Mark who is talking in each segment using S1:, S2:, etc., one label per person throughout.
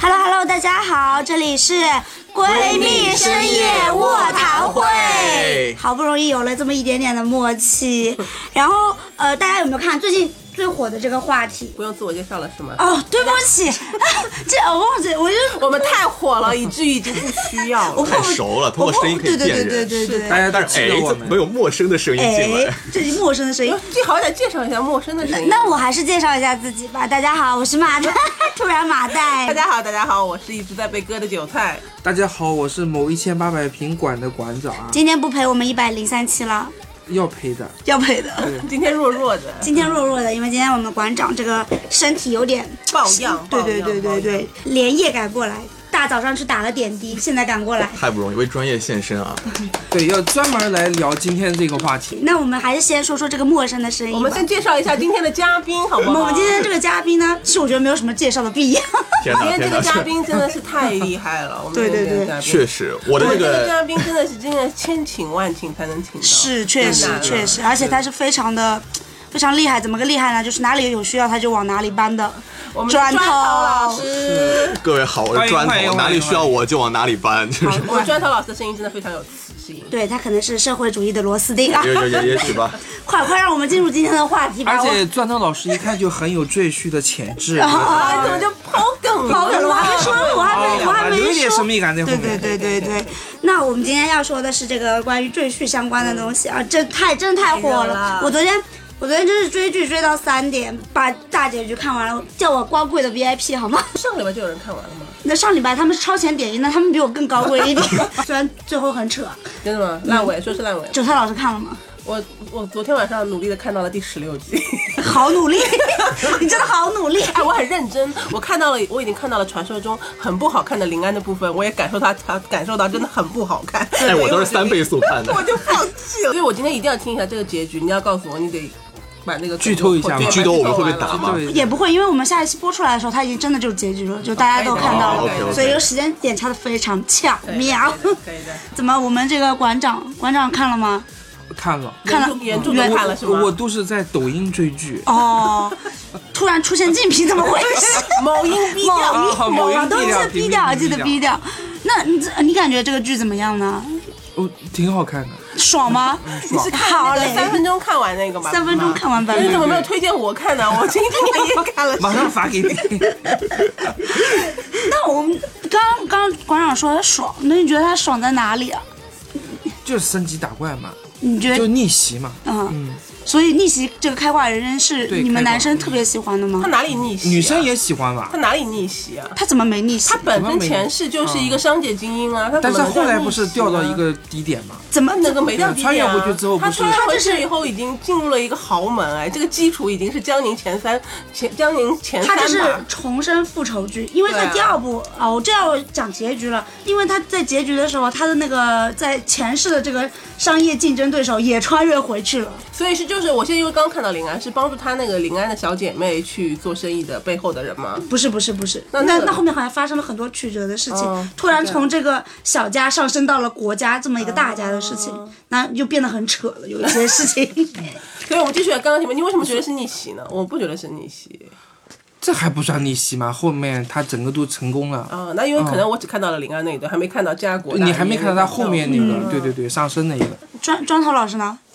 S1: Hello，大家好，这里是闺蜜深夜卧谈会。好不容易有了这么一点点的默契，然后呃，大家有没有看最近最火的这个话题？
S2: 不用自我介绍了是吗？
S1: 哦，对不起， 这我忘记，我就
S2: 我们太火了，以至于已经不需要
S1: 我
S2: 了。
S1: 碰
S3: 太熟了通过声音可
S1: 对
S3: 以
S1: 对对
S3: 辨
S1: 对
S3: 认
S1: 对对对。
S4: 大家但是
S3: 哎
S4: 哎，，
S3: 怎
S4: 怎
S3: 么
S4: 么
S3: 没有陌生的声音进
S1: 哎
S3: 来？，
S1: 这是陌生的声音。
S2: 最好歹介绍一下陌生的声音。
S1: 那我还是介绍一下自己吧。大家好，我是马代， 突然马代。
S2: 大家好，大家好，我是一直在被割的韭菜。
S4: 大家好，我是某一千八百平馆的馆长啊，
S1: 今天不陪我们一百零三期了，
S4: 要赔的。
S1: 要陪的。
S2: 今天弱弱的，
S1: 今天弱弱的，因为今天我们馆长这个身体有点
S2: 抱恙
S1: 对对
S2: 抱
S1: 对对
S2: 恙抱
S1: 对
S2: 恙，
S1: 连夜赶过来，大早上去打了点滴，现在赶过来。
S3: 太不容易，为专业献身 啊！
S4: 对，要专门来聊今天这个话题。
S1: 那我们还是先说说这个陌生的声音吧。
S2: 我们先介绍一下今天的嘉宾，好不
S1: 我
S2: 好？
S1: 们今天这个嘉宾呢，是我觉得没有什么介绍的 必要。
S2: 今
S3: 天哪，
S2: 天这
S3: 天
S2: 个
S3: 哪，
S2: 嘉宾真的是太厉害了，我们
S1: 对对对
S2: 今天的嘉宾
S3: 确实，我的
S2: 我们
S3: 那
S2: 这个
S3: 个
S2: 嘉宾真的是真的千请万请才能请到，
S1: 是，确实
S2: 太难了
S1: 确实，而且他是非常的。非常厉害，怎么个厉害呢？就是哪里有需要他就往哪里搬的。
S2: 我们
S1: 砖
S2: 砖
S1: 头
S2: 头老师，
S3: 各位好，我是砖
S4: 欢迎欢
S3: 头，
S4: 迎
S3: 哪里需要我就往哪里搬，就是
S2: 我们砖头老师的声音真的非常有磁性。
S1: 对他可能是社会主义的螺丝钉啊！
S3: 也 也也也许吧。
S1: 快快让我们进入今天的话题吧。
S4: 而
S1: 我
S4: 且钻头老师一看就很有赘婿的潜质，
S2: 啊，怎么就抛梗了？
S1: 好，我还没说，我还
S4: 啊
S1: 没，我还没
S4: 有
S1: 说。
S4: 一点神秘感在后
S1: 对
S4: 面。
S1: 对对对对，那我们今天要说的是这个关于赘婿相关的东西啊，真太真太火
S2: 太热
S1: 了
S2: 了！
S1: 我昨天我昨天真是追剧追到三点，把大结局看完了，叫我高贵的 VIP 好吗？
S2: 上个礼拜就有人看完了吗？
S1: 那上礼拜他们是超前点映的，他们比我更高贵一点， 虽然最后很扯。
S2: 真的吗？烂尾，说是烂尾。
S1: 韭菜老师看了吗？
S2: 我我昨天晚上努力的看到了第十六集，
S1: 好努力，你真的好努力。
S2: 哎，我很认真，我看到了，我已经看到了传说中很不好看的临安的部分，我也感受到它感受到真的很不好看。
S3: 哎，我都是三倍速看的，
S2: 我就放弃了。所以 我今天一定要听一下这个结局，你要告诉我，你得把那个
S4: 剧透一下吗
S2: 对
S3: 剧透我们会被打吗
S4: 对
S1: 也不会，因为我们下一期播出来的时候，它已经真的就结局了，就大家都看到了，
S3: 哦，OK，OK
S1: 所以这个时间点掐的非常巧
S2: 可以的
S1: 妙。
S2: 可以的，
S1: 怎么，我们这个馆长馆长看了吗？
S4: 看了。
S1: 看了
S2: 原著原著都看了是吗？
S4: 我都是在抖音追剧，
S1: 哦，突然出现禁品，怎么回 事？
S2: 某音逼
S1: 某
S2: 掉，
S4: 好
S1: 音
S4: 某音
S1: 某都
S4: 低调
S1: 是
S4: 屏
S1: 逼
S4: 蔽
S1: 掉，
S4: 低
S1: 记得
S4: 调
S1: 逼掉。那你这你感觉这个剧怎么样呢？
S4: 哦，挺好看的。
S1: 嗯爽吗？
S4: 爽
S1: 好嘞，
S2: 三分钟看完那个吧。
S1: 三分钟看完版
S2: 你怎
S1: 本。
S2: 么没有推荐我看呢？我今天也看了。
S4: 马上发给你。
S1: 那我们刚刚馆长说他爽，那你觉得他爽在哪里啊？
S4: 就是升级打怪嘛，
S1: 你觉
S4: 就
S1: 得
S4: 逆袭嘛。
S1: 嗯？所以逆袭这个开挂人生是
S4: 对
S1: 你们
S4: 开挂
S1: 男生特别喜欢的吗
S2: 他？哪里逆袭、啊
S4: 女生，也喜欢吧
S2: 他，哪里逆袭啊？
S1: 他怎么没逆袭
S2: 他？本身前世就是一个商界精英啊，他怎
S4: 但
S2: 么
S4: 是
S2: 能
S4: 后来不是
S2: 逆袭呢
S4: 掉到一。个低点嘛？
S1: 怎么
S2: 那个没掉
S4: 对穿越回去之后
S2: 啊他
S4: 不是
S2: 穿越回去以后已经进入了一个豪门哎，这个基础已经是江宁前三前江宁 前
S1: 他
S2: 三
S1: 就是
S2: 吧。
S1: 重生复仇剧，因为在
S2: 对啊
S1: 第二部啊、我这要讲结局了，因为他在结局的时候，他的那个在前世的这个商业竞争对手也穿越回去了，
S2: 所以是就是我现在因为刚看到林安是帮助他那个林安的小姐妹去做生意的背后的人吗？
S1: 不是不是不是，那
S2: 那
S1: 那
S2: 那个
S1: 后面好像发生了很多曲折的事情，
S2: 哦
S1: 突然从这个小家上升到了国家这么一个大家的事情，
S2: 哦
S1: 那又变得很扯了，有一些事情。
S2: 所以我们继续来刚刚前面，你为什么觉得是逆袭呢？我不觉得是逆袭
S4: 这还不算逆袭吗？后面他整个都成功了，
S2: 啊、那因为可能我只看到了林安那一段，还没看到家国大业那
S4: 嗯你
S2: 一段。
S4: 还没看到他后面那
S1: 嗯
S4: 个，对对对，上升那一个。
S1: 砖砖头老师呢？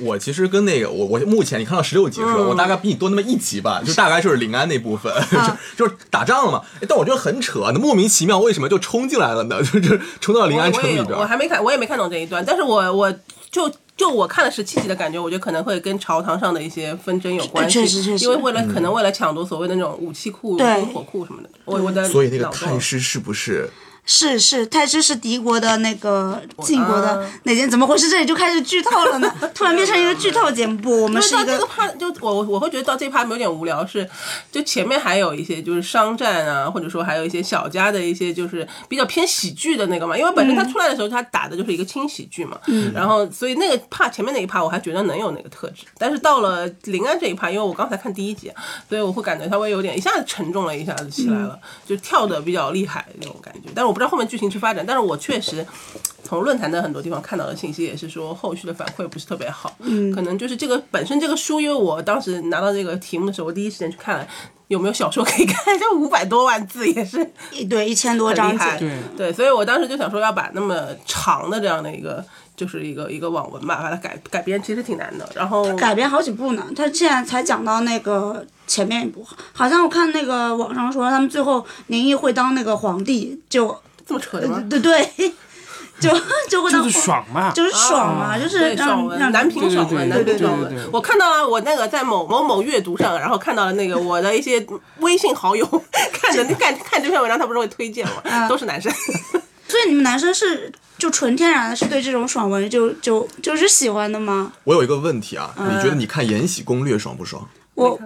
S3: 我其实跟那个我我目前你看到十六集是
S2: 嗯
S3: 吧？我大概比你多那么一集吧，就大概就是临安那部分，
S2: 啊
S3: 就就是打仗了嘛。哎但我觉得很扯，那莫名其妙为什么就冲进来了呢？ 就是冲到临
S2: 我
S3: 安城
S2: 我也
S3: 里
S2: 我
S3: 边。
S2: 还没看，我也没看懂这一段，但是我我就。就我看了十七集的感觉，我觉得可能会跟朝堂上的一些纷争有关系，
S1: 确实确实
S2: 因为为了、
S3: 嗯
S2: 可能为了抢夺所谓的那种武器库、
S1: 对
S2: 军火库什么的，我我的
S3: 所以那个
S2: 脑
S3: 太
S2: 洞
S3: 师是不是
S1: 是是，太师是敌国的那个晋国的
S2: 啊
S1: 哪件？怎么回事？这里就开始剧透了 呢？突然变成一个剧透节目，不，我们是
S2: 因
S1: 一
S2: 为到这
S1: 个
S2: 个趴，就我我我会觉得到这趴有点无聊，是就前面还有一些就是商战啊，或者说还有一些小家的一些就是比较偏喜剧的那个嘛，因为本
S1: 嗯
S2: 身他出来的时候他打的就是一个轻喜剧嘛，然后所以那个趴前面那一趴我还觉得能有那个特质，但是到了临安这一趴，因为我刚才看第一集，啊
S1: 嗯
S2: 所以我会感觉稍微有点一下子沉重了一下子起来了，就跳的比较厉害那种感觉，但是我不知道后面剧情去发展，但是我确实从论坛的很多地方看到的信息也是说，后续的反馈不是特别好。嗯，可能就是这个本身这个书，因为我当时拿到这个题目的时候，我第一时间去看了有没有小说可以看，这五百多万字也是
S1: 一对一千多章
S2: 很厉害
S1: 节，
S4: 对
S2: 对，所以我当时就想说要把那么长的这样的一个就是一个一个网文吧，把它改改编，其实挺难的。然后
S1: 改编好几部呢。他现在才讲到那个前面一部，好像我看那个网上说他们最后宁毅会当那个皇帝，就
S2: 这么扯的吗？
S1: 对对，就就会当
S4: 就
S1: 皇
S4: 是爽嘛，
S1: 就是爽嘛，就是
S2: 啊对，
S1: 让
S2: 爽文，
S1: 让
S2: 男频爽文，
S4: 对
S2: 男
S4: 对对
S2: 频
S4: 对
S2: 爽
S4: 对对
S2: 文
S4: 对。
S2: 我看到了，我那个在某某某阅读上，然后看到了那个我的一些 微信好友看 着看看这篇文章，他不是会推荐吗？都是男生，
S1: 所以你们男生是就纯天然的是对这种爽文就就就是喜欢的吗？
S3: 我有一个问题啊，
S2: 嗯
S3: 你觉得你看《延禧攻略》爽不爽？
S1: 我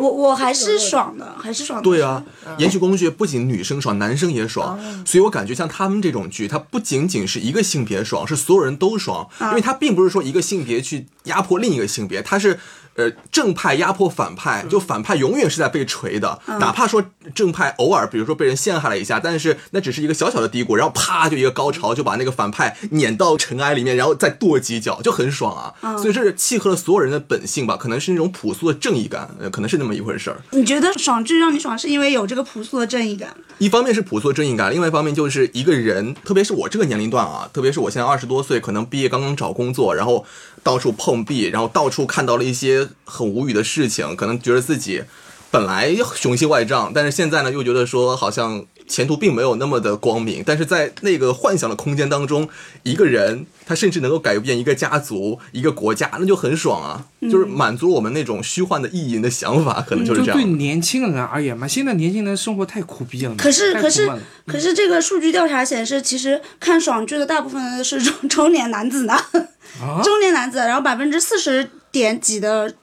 S1: 我我还是爽的，还是爽的。
S3: 对啊，《延禧攻略》不仅女生爽，男生也爽，所以我感觉像他们这种剧，它不仅仅是一个性别爽，是所有人都爽，因为它并不是说一个性别去压迫另一个性别，它是。呃，正派压迫反派，就反派永远是在被锤的，嗯哪怕说正派偶尔，比如说被人陷害了一下，但是那只是一个小小的低谷，然后啪就一个高潮，就把那个反派撵到尘埃里面，然后再跺几脚，就很爽啊。所以这是契合了所有人的本性吧，可能是那种朴素的正义感，呃可能是那么一回事儿。
S1: 你觉得爽剧让你爽，是因为有这个朴素的正义感？
S3: 一方面是朴素的正义感，另外一方面就是一个人，特别是我这个年龄段啊，特别是我现在二十多岁，可能毕业刚刚找工作，然后到处碰壁，然后到处看到了一些很无语的事情，可能觉得自己本来雄心万丈，但是现在呢又觉得说好像前途并没有那么的光明，但是在那个幻想的空间当中，一个人他甚至能够改变一个家族、一个国家，那就很爽啊，
S2: 嗯
S3: 就是满足我们那种虚幻的意淫的想法，可能就是
S4: 就
S2: 嗯
S3: 这样。
S4: 对年轻人而言嘛，现在年轻人生活太苦逼了，
S1: 可是
S4: 太苦
S1: 可是
S4: 闷了嗯
S1: 可是这个数据调查显示，其实看爽剧的大部分是中中年男子呢，
S4: 啊，
S1: 中年男子，然后百分之四十点几的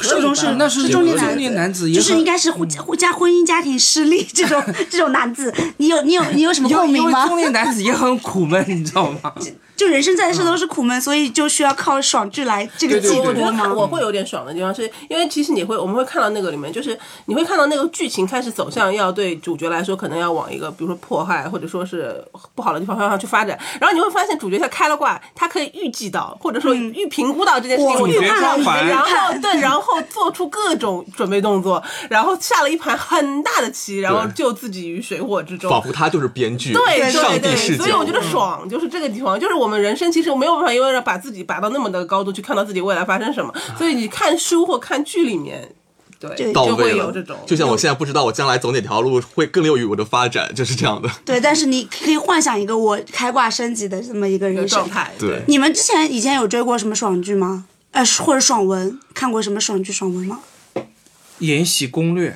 S1: 受众是
S4: 那是
S1: 是中年
S4: 中年男子也
S1: 就
S4: 很嗯
S1: 是应该是婚家婚姻家庭失利这 种这种男子，你有你有你有什么
S4: 因为
S1: 共
S4: 因
S1: 鸣
S4: 为
S1: 吗
S4: 中？年男子也很 苦闷，你知道吗？
S1: 就人生在世都是苦闷，所以就需要靠爽剧来这个
S4: 嗯对对
S1: 寄
S4: 对
S2: 我
S1: 托
S2: 觉
S1: 吗
S2: 得？我会有点爽的地方，是因为其实你会，我们会看到那个里面，就是你会看到那个剧情开始走向，要对主角来说，可能要往一个比如说迫害或者说是不好的地方方向去发展。然后你会发现，主角他开了挂，他可以预计到，或者说预评估到这件事情，
S1: 我
S2: 我
S1: 预
S2: 预
S1: 判了
S2: 判到
S1: 嗯你的预
S2: 然后
S1: 判
S2: 对，然后做出各种准备动作，然后下了一盘很大的棋，然后
S3: 对
S2: 救自己于水火之中。
S3: 仿佛他就是编剧，
S2: 对
S3: 上
S2: 对
S3: 帝
S2: 对，
S3: 视
S2: 所以我
S3: 角嗯
S2: 觉。得爽就是这个地方，就是我们人生其实没有办法因为了把自己拔到那么的高度去看到自己未来发生什么，所以你看书或看剧里面，
S1: 对
S2: 对，
S3: 到
S2: 就
S3: 位
S2: 会
S3: 了
S2: 有这种，，
S3: 就像我现在不知道我将来走哪条路会更有利于我的发展，就是这样的。
S1: 对，但是你可以幻想一个我开挂升级的这么一个
S2: 有
S1: 人生
S2: 状。态，
S3: 对，
S1: 你们之前以前有追过什么爽剧吗？呃，或者爽文？看过什么爽剧、爽文吗？
S4: 《延禧攻略》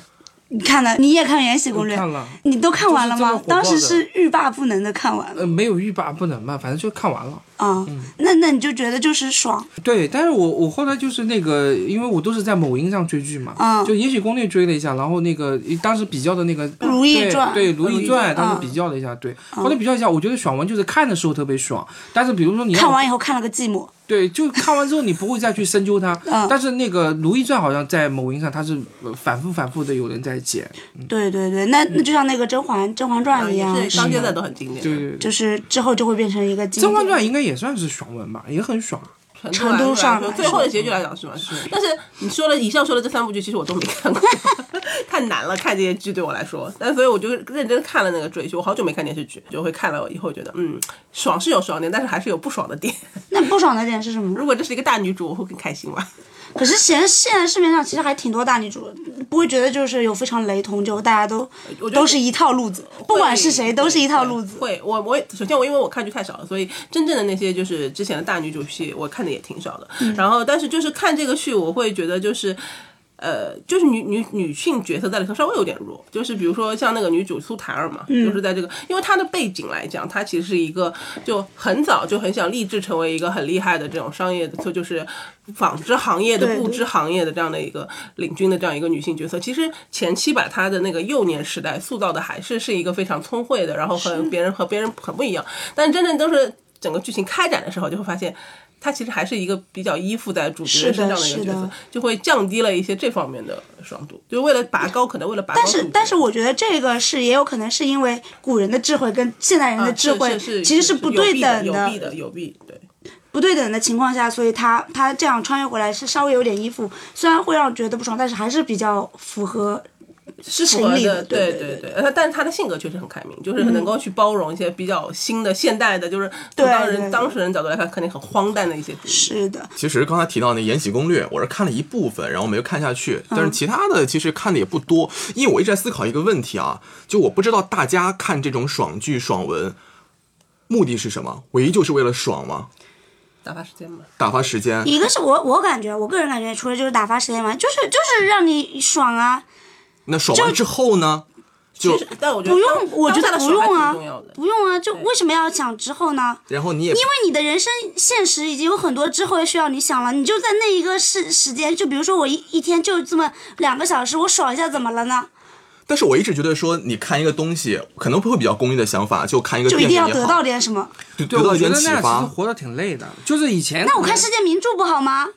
S1: 你看了，你也看《延禧攻略》
S4: 我看了
S1: 你都看完了
S4: 就是这么
S1: 吗
S4: 火？爆
S1: 当时
S4: 的
S1: 是欲罢不能的看完了
S4: 呃，嗯没有欲罢不能嘛，反正就看完了。
S1: 啊、那那你就觉得就是爽，
S4: 对，但是我我后来就是那个，因为我都是在某音上追剧嘛，
S1: 嗯
S4: 就《延禧攻略》追了一下，然后那个当时比较的那个《
S1: 如懿传
S4: 对《如懿传》，
S1: 嗯
S4: 当时比较了一下，对，后来比较一下，我觉得爽文就是看的时候特别爽，但是比如说你要
S1: 看完以后看了个寂寞。
S4: 对，就看完之后你不会再去深究它，
S1: 嗯
S4: 但是那个《如懿传》好像在某音上它是呃反复反复的有人在剪，
S1: 对对对，那
S4: 嗯
S1: 那就像那个甄嬛《甄嬛
S4: 啊
S1: 传》一样
S2: 也，是到现在都很经典。
S4: 对对对，
S1: 就是之后就会变成一个
S4: 《
S1: 经
S4: 嗯甄嬛
S1: 典。
S4: 传》应该也算是爽文吧，也很爽。
S2: 程
S1: 程度
S2: 度
S1: 上
S2: 上
S1: 来
S2: 来
S1: 说
S2: 说，最后的结局来讲是吗？是。但是你说了以上说的这三部剧，其实我都没看过， 太难了，看这些剧对我来说。但所以我就认真看了那个追剧，我好久没看电视剧，就会看了以后觉得，嗯，爽是有爽点，但是还是有不爽的点。
S1: 那不爽的点是什么？
S2: 如果这是一个大女主，我会更开心吧。
S1: 可是现现在市面上其实还挺多大女主的，不会觉得就是有非常雷同，就大家都
S2: 我觉得
S1: 都是一套路子，不管是谁都是一套路子。
S2: 会，我我也首先我因为我看剧太少了，所以真正的那些就是之前的大女主戏，我看的也挺少的。
S1: 嗯
S2: 然后，但是就是看这个剧，我会觉得就是。呃，就是女女女性角色在里头稍微有点弱，就是比如说像那个女主苏檀儿嘛，
S1: 嗯
S2: 就是在这个，因为她的背景来讲，她其实是一个就很早就很想立志成为一个很厉害的这种商业的，就就是纺织行业
S1: 对
S2: 的
S1: 对
S2: 布织行业的这样的一个领军的这样一个女性角色。其实前期把她的那个幼年时代塑造的还是是一个非常聪慧的，然后和别人和别人很不一样，但真正都是整个剧情开展的时候，就会发现他其实还是一个比较依附在主角
S1: 是
S2: 人
S1: 的
S2: 身上的一个角
S1: 是
S2: 色
S1: 的，
S2: 就会降低了一些这方面的爽度，就为了拔高，可能为了拔高
S1: 但
S2: 主角。
S1: 是，但是我觉得这个是也有可能是因为古人的智慧跟现代人
S2: 啊
S1: 的智慧
S2: 是是是
S1: 其实
S2: 是
S1: 不对等
S2: 有弊的，有弊的，有弊对。
S1: 不对等的情况下，所以他他这样穿越回来是稍微有点依附，虽然会让我觉得不爽，但是还是比较符合
S2: 是符合
S1: 情理
S2: 的，
S1: 的对
S2: 对对
S1: 对嗯
S2: 对。呃但是他的性格确实很开明，就是能够去包容一些比较新的、现代的，就是
S1: 对
S2: 从当
S1: 对
S2: 人
S1: 对
S2: 当事人角度来看，肯定很荒诞的一些主意。
S1: 是的。
S3: 其实刚才提到那《延禧攻略》，我是看了一部分，然后没有看下去。但是
S1: 嗯
S3: 其他的其实看的也不多，因为我一直在思考一个问题啊，就我不知道大家看这种爽剧、爽文，目的是什么？唯一就是为了爽吗？
S2: 打发时间嘛，
S3: 打发时间？
S1: 一个是我我感觉，我个人感觉，除了就是打发时间嘛，就是就是让你爽啊，
S3: 那爽完之后呢？就
S2: 其实但我觉得
S1: 不
S2: 当
S1: 用，我觉
S2: 当下
S1: 得
S2: 的
S1: 不
S2: 爽还
S1: 用
S2: 挺
S1: 啊
S2: 重要的，。
S1: 不用啊，就为什么要想之后呢？
S3: 然后你也
S1: 因为你的人生现实已经有很多之后需要你想了，你就在那一个时时间，就比如说我一一天就这么两个小时，我爽一下怎么了呢？
S3: 但是我一直觉得说，你看一个东西，可能会比较功利的想法，就看一个
S1: 就
S3: 呃电
S1: 一
S3: 影
S1: 定
S3: 也
S1: 要
S3: 好，
S1: 得到点什么？
S3: 得
S4: 对，
S3: 得到
S4: 我
S3: 一
S4: 觉
S3: 点
S4: 得
S3: 启
S4: 那样其实
S3: 发。
S4: 活得挺累的，就是以前
S1: 那我看世界名著不好吗？
S3: 呃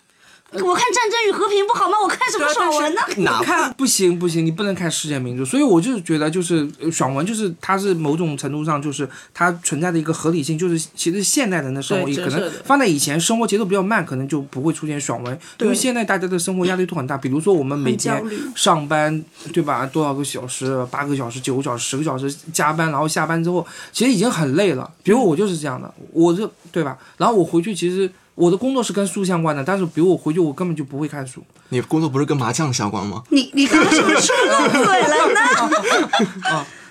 S1: 我看《战争与和平》不好吗？我看什么爽文呢？
S3: 啊 哪怕
S4: 看不行不行，你不能看世界名著。所以我就是觉得，就是呃爽文，就是它是某种程度上就是它存在的一个合理性，就是其实现代人的生活
S2: 对
S4: 也可
S2: 折
S4: 能
S2: 射的
S4: 放在以前生活节奏比较慢，可能就不会出现爽文，因为现在大家的生活压力都很大。比如说我们每天
S1: 很焦虑
S4: 上班对吧，多少个小时，八个小时、九个小时、十个小时加班，然后下班之后其实已经很累了。比如我就是这样的，我就对吧？然后我回去其实。我的工作是跟书相关的，但是比如我回去，我根本就不会看书，
S3: 你工作不是跟麻将相关吗？
S1: 你你刚刚是不是说漏嘴了呢？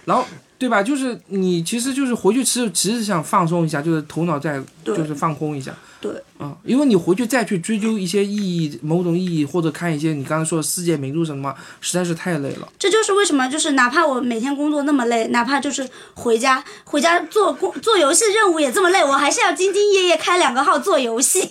S4: 然后对吧？就是你其实就是回去，其实只是想放松一下，就是头脑在
S1: 对
S4: 就是放空一下。
S1: 对，
S4: 啊，因为你回去再去追究一些意义、某种意义，或者看一些你刚才说的世界名著什么，实在是太累了。
S1: 这就是为什么，就是哪怕我每天工作那么累，哪怕就是回家回家做工做游戏任务也这么累，我还是要兢兢业业开两个号做游戏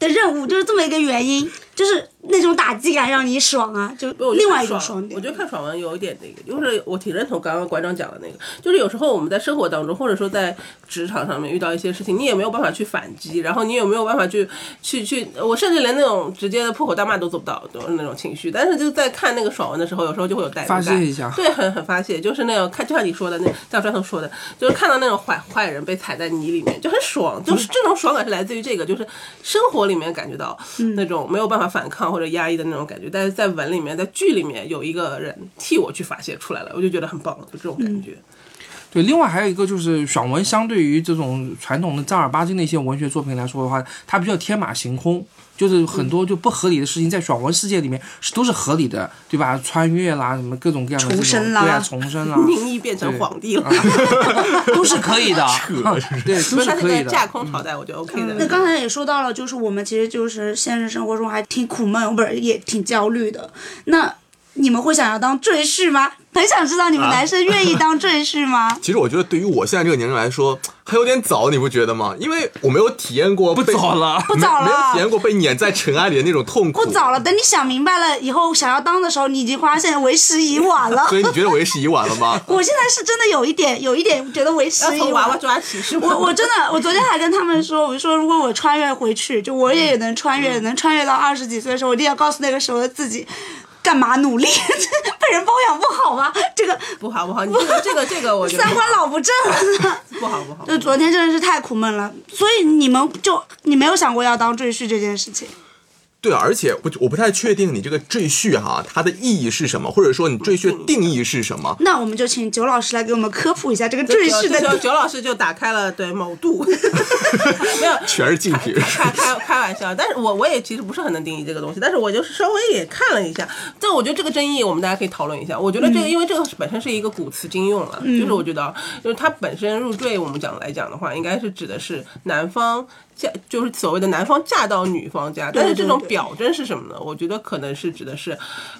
S1: 的任务，就是这么一个原因，就是那种打击感让你爽啊，就
S2: 不我觉得
S1: 另
S2: 看
S1: 外一种
S2: 爽
S1: 爽点。
S2: 我觉得看爽文有一点那个，就是我挺认同刚刚馆长讲的那个，就是有时候我们在生活当中，或者说在职场上面遇到一些事情，你也没有办法去反击，然后你也没有办法去去去，我甚至连那种直接的破口大骂都做不到，都是那种情绪。但是就在看那个爽文的时候，有时候就会有代入
S4: 发
S2: 感，
S4: 泄一下
S2: 对，很很发泄，就是那种看，就像你说的那，像砖头说的，就是看到那种坏坏人被踩在泥里面，就很爽，就是这种爽感是来自于这个，就是生活里面感觉到那种没有办法反抗或者压抑的那种感觉，但是在文里面，在剧里面有一个人替我去发泄出来了，我就觉得很棒，就这种感觉。
S4: 对，另外还有一个就是爽文，相对于这种传统的正儿八经的一些文学作品来说的话，它比较天马行空，就是很多就不合理的事情在爽文世界里面是都是合理的，对吧？穿越啦，什么各种各样的这种
S1: 重生啦
S4: 对啊，重 生啦，
S2: 宁毅变成皇帝了，
S4: 都是可 以的，对，
S2: 不
S4: 都
S2: 是
S4: 是
S2: 他这
S4: 可以
S2: 个
S4: 的。
S2: 架空朝代，我觉得 OK 的。
S1: 那刚才也说到了，就是我们其实就是现实生活中还挺苦闷，不是也挺焦虑的。那你们会想要当赘婿吗？很想知道你们
S3: 啊
S1: 男生愿意当赘婿 吗？
S3: 其实我觉得对于我现在这个年龄来说，还有点早，你不觉得吗？因为我没有体验过
S4: 不
S3: 被
S4: 早了
S1: 不早了
S3: 没有体验过被碾在尘埃里的那种痛苦。
S1: 不早了，等你想明白了以后，想要当的时候，你已经发现为时已晚 了。？
S3: 所以你觉得为时已晚了吗
S1: 我现在是真的有一点，有一点觉得为时
S2: 要
S1: 已
S2: 从娃
S1: 晚
S2: 娃。抓起是吗？
S1: 我我真的，我昨天还跟他们说，我说如果我穿越回去，就我也能穿
S2: 嗯
S1: 越，能穿越到二十几岁的时候，我一定要告诉那个时候的自己，干嘛努力？ 被人包养不好吗？这个
S2: 不好不好，你这个这个这个，我觉得
S1: 三观老不正 了。
S2: 不好不好。
S1: 就昨天真的是太苦闷了，所以你们就你没有想过要当赘婿这件事情，
S3: 对，而且我我不太确定你这个赘婿哈，它的意义是什么，或者说你赘婿的定义是什么？
S1: 那我们就请九老师来给我们科普一下这个赘婿
S2: 九九
S1: 的。
S2: 九老师就打开了对某 度，没有
S3: 全是竞品。
S2: 开开开玩笑，但是我我也其实不是很能定义这个东西，但是我就是稍微也看了一下，但我觉得这个争议我们大家可以讨论一下。我觉得
S1: 嗯
S2: 这个、因为这个本身是一个古词今用了，就是我觉得啊就是它本身入赘，我们讲来讲的话，应该是指的是男方。嫁就是所谓的男方嫁到女方家，但是这种
S1: 对对
S2: 表征是什么呢？我觉得可能是指的是，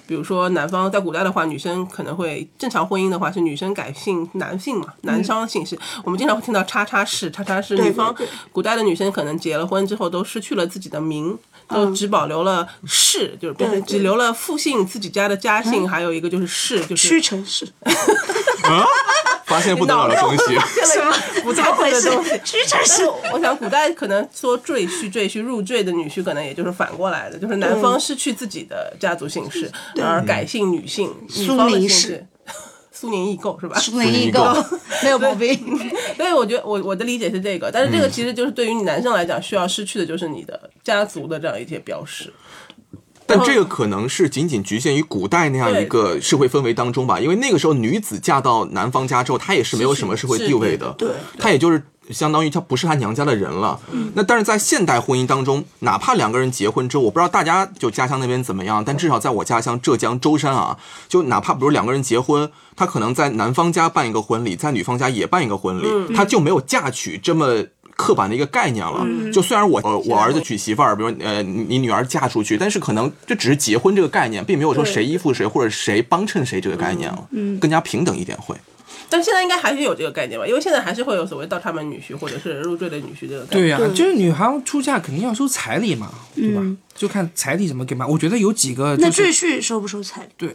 S2: 比如说男方在古代的话，女生可能会正常婚姻的话是女生改姓男姓嘛，
S1: 嗯
S2: 男方姓氏。我们经常会听到叉叉氏，叉叉氏，
S1: 对
S2: 女
S1: 对
S2: 方
S1: 对
S2: 古代的女生可能结了婚之后都失去了自己的名，都只保留了氏，就是
S1: 嗯
S2: 变
S1: 对嗯
S2: 成
S1: 对
S2: 只留了父姓、自己家的家姓，还有一个就是氏，就是
S4: 啊
S1: 屈臣氏，
S3: 发现不得了的东西。
S2: 什么 不
S1: 怎
S2: 太
S1: 么
S2: 会
S1: 回
S2: 的
S1: 事？
S2: 东西？
S1: 这真
S2: 但
S1: 是
S2: 是我想，古代可能说赘婿、赘婿入赘的女婿，可能也就是反过来的，就是男
S4: 嗯
S2: 方失去自己的家族姓 氏，而改姓女性，女方的姓氏。 苏宁易购是吧？
S1: 熟能一个，没有毛病。
S2: 所以我觉得我我的理解是这个，但是
S4: 嗯
S2: 这个其实就是对于你男生来讲，需要失去的就是你的家族的这样一些标识。
S3: 但这个可能是仅仅局限于古代那样一个社会氛围当中吧，因为那个时候女子嫁到男方家之后，她也是没有什么社会地位的，
S2: 是是对对
S3: 她也就是相当于她不是她娘家的人了。那但是在现代婚姻当中，哪怕两个人结婚之后，我不知道大家就家乡那边怎么样，但至少在我家乡浙江舟山啊，就哪怕比如两个人结婚，她可能在男方家办一个婚礼，在女方家也办一个婚礼，她就没有嫁娶这么。刻板的一个概念了。就虽然我呃我儿子娶媳妇儿，比如呃你你女儿嫁出去，但是可能这只是结婚这个概念，并没有说
S2: 对
S3: 谁依附谁或者谁帮衬谁这个概念了，更加平等一点会。
S2: 但是现在应该还是有这个概念吧，因为现在还是会有所谓倒插门女婿或者是入赘的女婿这个概
S4: 对
S2: 念。
S4: 呀、就是女孩出嫁肯定要收彩礼嘛，对吧？就看彩礼怎么给嘛。我觉得有几个
S1: 嗯那
S4: 就是
S1: 赘婿收不收彩礼？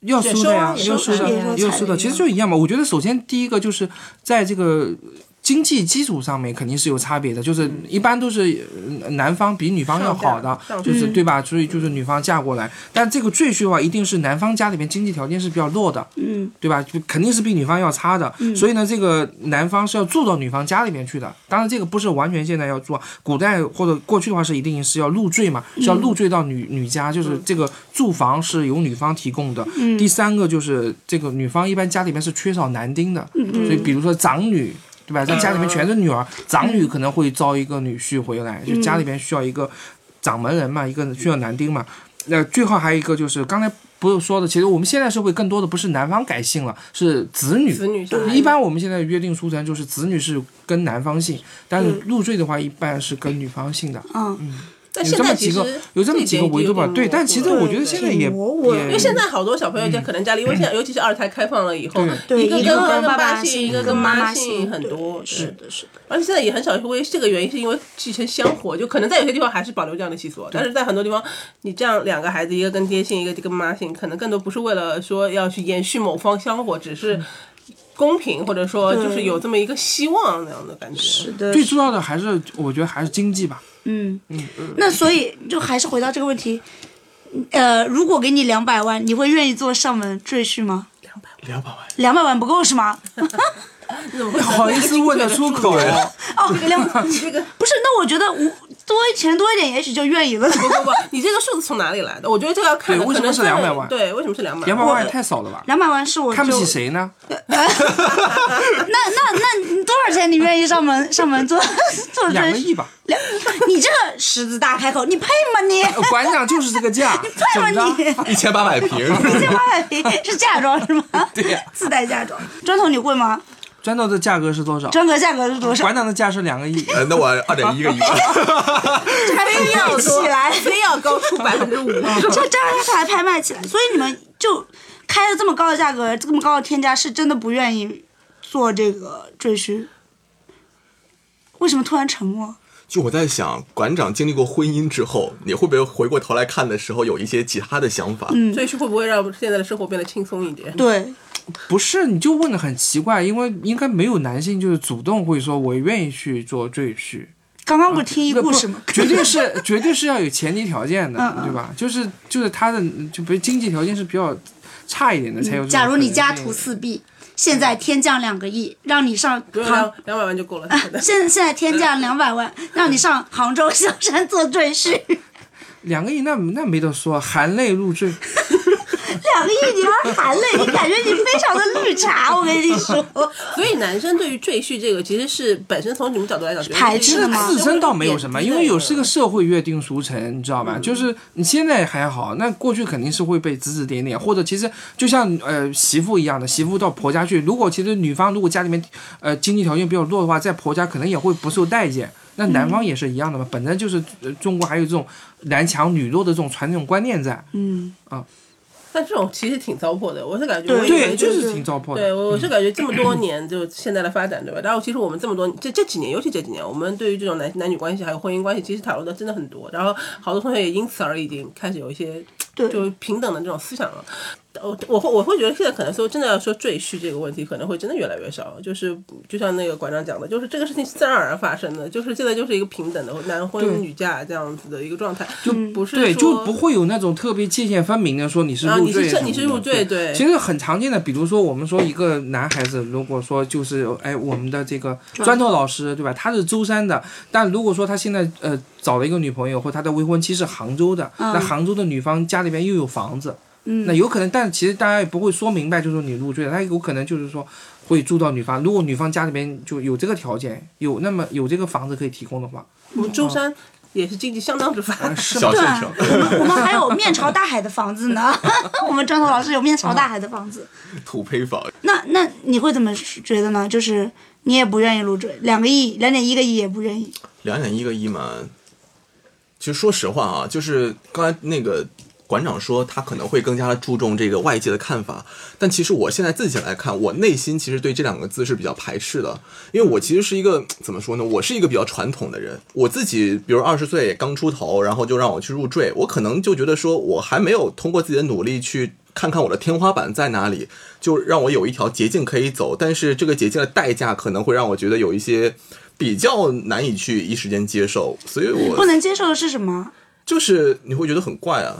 S4: 要收的呀，
S2: 也收
S4: 要
S2: 啊
S1: 也收
S4: 收的
S1: 彩
S4: 呀，
S1: 礼
S4: 要收的，
S1: 啊
S4: 其实就一样嘛。我觉得首先第一个就是在这个。经济基础上面肯定是有差别的，就是一般都是呃男方比女方要好的
S2: 上价上，
S4: 就是
S1: 价
S4: 对吧？所以就是女方嫁过来，但这个赘婿的话，一定是男方家里面经济条件是比较弱的，
S1: 嗯，
S4: 对吧？就肯定是比女方要差的，所以呢，这个男方是要住到女方家里面去的。当然，这个不是完全现在要住，啊，古代或者过去的话是一定是要入赘嘛，是要入赘到女女家，就是这个住房是由女方提供的。第三个就是这个女方一般家里面是缺少男丁的，所以比如说长女。对吧？在家里面全是女儿，长女可能会招一个女婿回来，就家里面需要一个掌门人嘛，一个需要男丁嘛。那呃最后还有一个就是刚才不是说的，其实我们现在社会更多的不是男方改姓了，是子女。
S2: 子女小孩
S4: 一般我们现在约定俗成就是子女是跟男方姓，但
S2: 嗯
S4: 是入赘的话一般是跟女方姓的。
S1: 嗯，
S2: 但
S4: 有
S2: 啊现
S4: 这么
S2: 在其
S4: 几
S2: 实
S4: 个，有这么几个维度吧？
S2: 这一点有点模糊
S4: 对，
S2: 了
S4: 但其实我觉得
S2: 对
S4: 现在也
S1: 挺模糊的
S4: 也
S2: 因为现在好多小朋友家可能家里，因为现在尤其是二胎开放了以后，
S1: 对
S2: 一个
S1: 一个
S2: 跟
S1: 跟爸
S2: 爸
S1: 爸姓
S2: 一个
S1: 一个
S2: 跟
S1: 跟妈
S2: 妈
S1: 妈姓
S2: 很多。
S1: 是
S2: 对，
S1: 的，是的，
S2: 而且现在也很少因为这个原因，是因为继承香火，就可能在有些地方还是保留这样的习俗，但是在很多地方，你这样两个孩子，一个跟爹姓，一个跟妈姓，可能更多不是为了说要去延续某方香火，只是公平，或者说就是有这么一个希望那样的感觉。
S1: 是的。
S4: 最重要的还是我觉得还是经济吧。
S1: 嗯，那所以就还是回到这个问题，呃，如果给你两百万，你会愿意做上门赘婿吗？
S3: 两百万，
S1: 两百万不够是吗？
S2: 你怎么会
S4: 好意思问得出口？
S1: 哦，两 不是，那我觉得我多钱多一点，也许就愿意了。
S2: 不不不，你这个数字从哪里来的？我觉得这个要看可
S4: 对
S2: 能
S4: 为什么是
S2: 在
S4: 200万
S2: 对，为什么是两百？
S4: 两百万也太少了吧？
S1: 两百万是我就
S4: 看不起谁呢？
S1: 那那那多少钱你愿意上 门上门做 做
S4: 两个
S1: 赘婿？
S4: 亿吧。
S1: 两，你这个狮子大开口，你配吗 你？
S4: 呃馆长就是这 个价，怎么
S1: 配吗
S4: 着？
S1: 你？
S3: 一千八百平，
S1: 这八百平是嫁妆是吗？
S4: 对呀
S1: 自带嫁妆。砖头你会吗？
S4: 砖头的价格是多少？
S1: 砖壳价格是多少？
S4: 馆长的价是两个亿。
S3: 呃那我二点一个亿，
S1: 还非要哦起来，
S2: 非要高出百分 之五，
S1: 这 这这还拍卖起来，所以你们就开了这么高的价格，这么高的天价，是真的不愿意做这个赘婿？为什么突然沉默？
S3: 就我在想，馆长经历过婚姻之后，你会不会回过头来看的时候有一些其他的想法？嗯，
S2: 赘婿会不会让现在的生活变得轻松一点？
S1: 对，
S4: 不是，你就问的很奇怪，因为应该没有男性就是主动会说我愿意去做赘婿，
S1: 刚刚不是听一
S4: 啊那不
S1: 故事吗？
S4: 绝对是绝对是要有前提条件的，
S1: 嗯
S4: 对吧？就是就是他的就比如经济条件是比较差一点的才有这种可能性。
S1: 嗯假如你家徒四壁，现在天降两个亿，让你上
S2: 不用
S1: 杭
S2: 两两百万就够了。
S1: 啊，现现在天降两百万，让你上杭州萧山做赘婿，
S4: 两个亿，那那没得说，含泪入赘。
S1: 两个亿你妈含泪，你感觉你非常的绿茶，我跟你说，
S2: 所以男生对于赘婿这个其实是本身从你们角度来讲，觉得
S1: 排
S2: 是
S1: 斥
S2: 一
S1: 的
S2: 个
S1: 吗
S4: 自身倒没有什么，因为有是
S2: 这
S4: 个社会约定俗成，你知道吧？就是你现在还好，那过去肯定是会被指指点点，或者其实就像呃媳妇一样的，媳妇到婆家去，如果其实女方如果家里面呃经济条件比较弱的话，在婆家可能也会不受待见。那男方也是一样的嘛，本身就是、呃中国还有这种男强女弱的这种传统观念在，
S1: 嗯，
S2: 但这种其实挺糟粕的，我是感觉我以
S4: 对，
S2: 为
S4: 就
S2: 就是
S4: 挺糟粕嗯
S2: 对，
S4: 的。
S2: 我我是感觉这么多年就现在的发展，对吧？然后其实我们这么多这这几年，尤其这几年，我们对于这种男男女关系还有婚姻关系，其实讨论的真的很多。然后好多同学也因此而已经开始有一些
S1: 对
S2: 就平等的这种思想了。我我会我会觉得现在可能说真的要说赘婿这个问题，可能会真的越来越少。就是就像那个馆长讲的，就是这个事情是自然而然发生的，就是现在就是一个平等的男
S4: 对
S2: 婚女嫁这样子的一个状态，就不是
S4: 对，就
S2: 说
S4: 不会有那种特别界限分明的说你是
S2: 啊
S4: 入
S2: 你是
S4: 赘
S2: 这
S4: 什么的、
S2: 你是入赘对
S4: 其实很常见的，比如说我们说一个男孩子，如果说就是哎我们的这个砖头老师对吧，他是舟山的，但如果说他现在呃找了一个女朋友或他的未婚妻是杭州的，那杭州的女方家里边又有房子，那有可能，但其实大家也不会说明白，就是说你入赘了，他有可能就是说会住到女方，如果女方家里边就有这个条件，有那么有这个房子可以提供的话，
S2: 我们舟山也是经济相当之发达。
S4: 是
S3: 小
S1: 对
S3: 县
S1: 啊，
S3: 城，
S1: 我们我们还有面朝大海的房子呢， 我们砖头老师有面朝大海的房子。
S3: 土坯房，
S1: 那那你会怎么觉得呢？就是你也不愿意入赘，两个亿，两点一个亿也不愿意。
S3: 两点一个一嘛。其实说实话啊，就是刚才那个馆长说他可能会更加的注重这个外界的看法，但其实我现在自己来看，我内心其实对这两个字是比较排斥的，因为我其实是一个怎么说呢，我是一个比较传统的人，我自己比如二十岁刚出头，然后就让我去入赘，我可能就觉得说我还没有通过自己的努力去。看看我的天花板在哪里，就让我有一条捷径可以走，但是这个捷径的代价可能会让我觉得有一些比较难以去一时间接受，所以
S1: 不
S3: 我
S1: 能接受的是什么？
S3: 就是你会觉得很怪啊，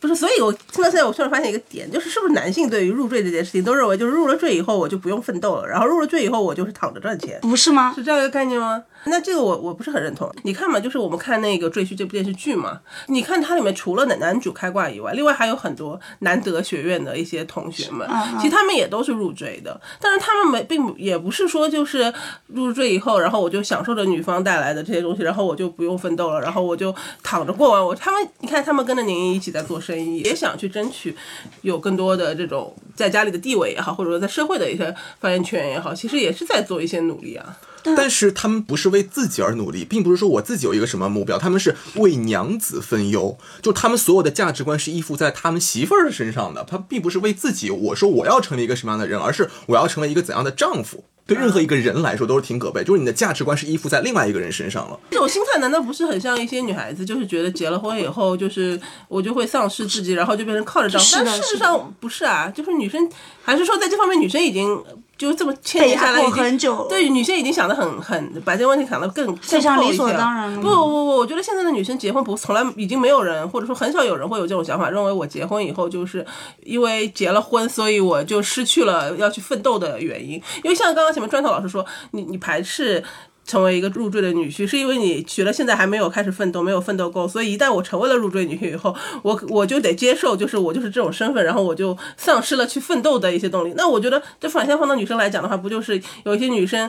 S2: 不是，所以我听到现在，我突然发现一个点，就是是不是男性对于入赘这件事情都认为，就是入了赘以后我就不用奋斗了，然后入了赘以后我就是躺着赚钱，
S1: 不是吗？
S2: 是这样一个概念吗？那这个我我不是很认同。你看嘛，就是我们看那个《赘婿》这部电视剧嘛，你看它里面除了男男主开挂以外，另外还有很多南德学院的一些同学们，其实他们也都是入赘的，但是他们没并不也不是说就是入赘以后，然后我就享受着女方带来的这些东西，然后我就不用奋斗了，然后我就躺着过完我。他们你看，他们跟着您一起在做生意，也想去争取有更多的这种在家里的地位也好，或者说在社会的一些发言权也好，其实也是在做一些努力啊。
S3: 但是他们不是为自己而努力，并不是说我自己有一个什么目标，他们是为娘子分忧，就他们所有的价值观是依附在他们媳妇儿身上的，他并不是为自己，我说我要成为一个什么样的人，而是我要成为一个怎样的丈夫。对任何一个人来说都是挺可悲，就是你的价值观是依附在另外一个人身上了。
S2: 这种心态难道不是很像一些女孩子，就是觉得结了婚以后，就是我就会丧失自己，然后就变成靠着丈夫？
S1: 是的
S2: 但事
S1: 是
S2: 实
S1: 的
S2: 上不是啊，就是女生还是说在这方面，女生已经呃就这么牵连下来
S1: 被压
S2: 已
S1: 迫
S2: 经
S1: 很久了
S2: 对，女生已经想的很很把这个问题想的更
S1: 非常
S2: 更透
S1: 理所
S2: 一些
S1: 当然了嗯
S2: 不不不不，我觉得现在的女生结婚不从来已经没有人，或者说很少有人会有这种想法，认为我结婚以后就是因为结了婚，所以我就失去了要去奋斗的原因。因为像刚刚前面砖头老师说，你你排斥。成为一个入赘的女婿，是因为你觉得现在还没有开始奋斗，没有奋斗够，所以一旦我成为了入赘女婿以后，我我就得接受，就是我就是这种身份，然后我就丧失了去奋斗的一些动力。那我觉得这反向放到女生来讲的话，不就是有一些女生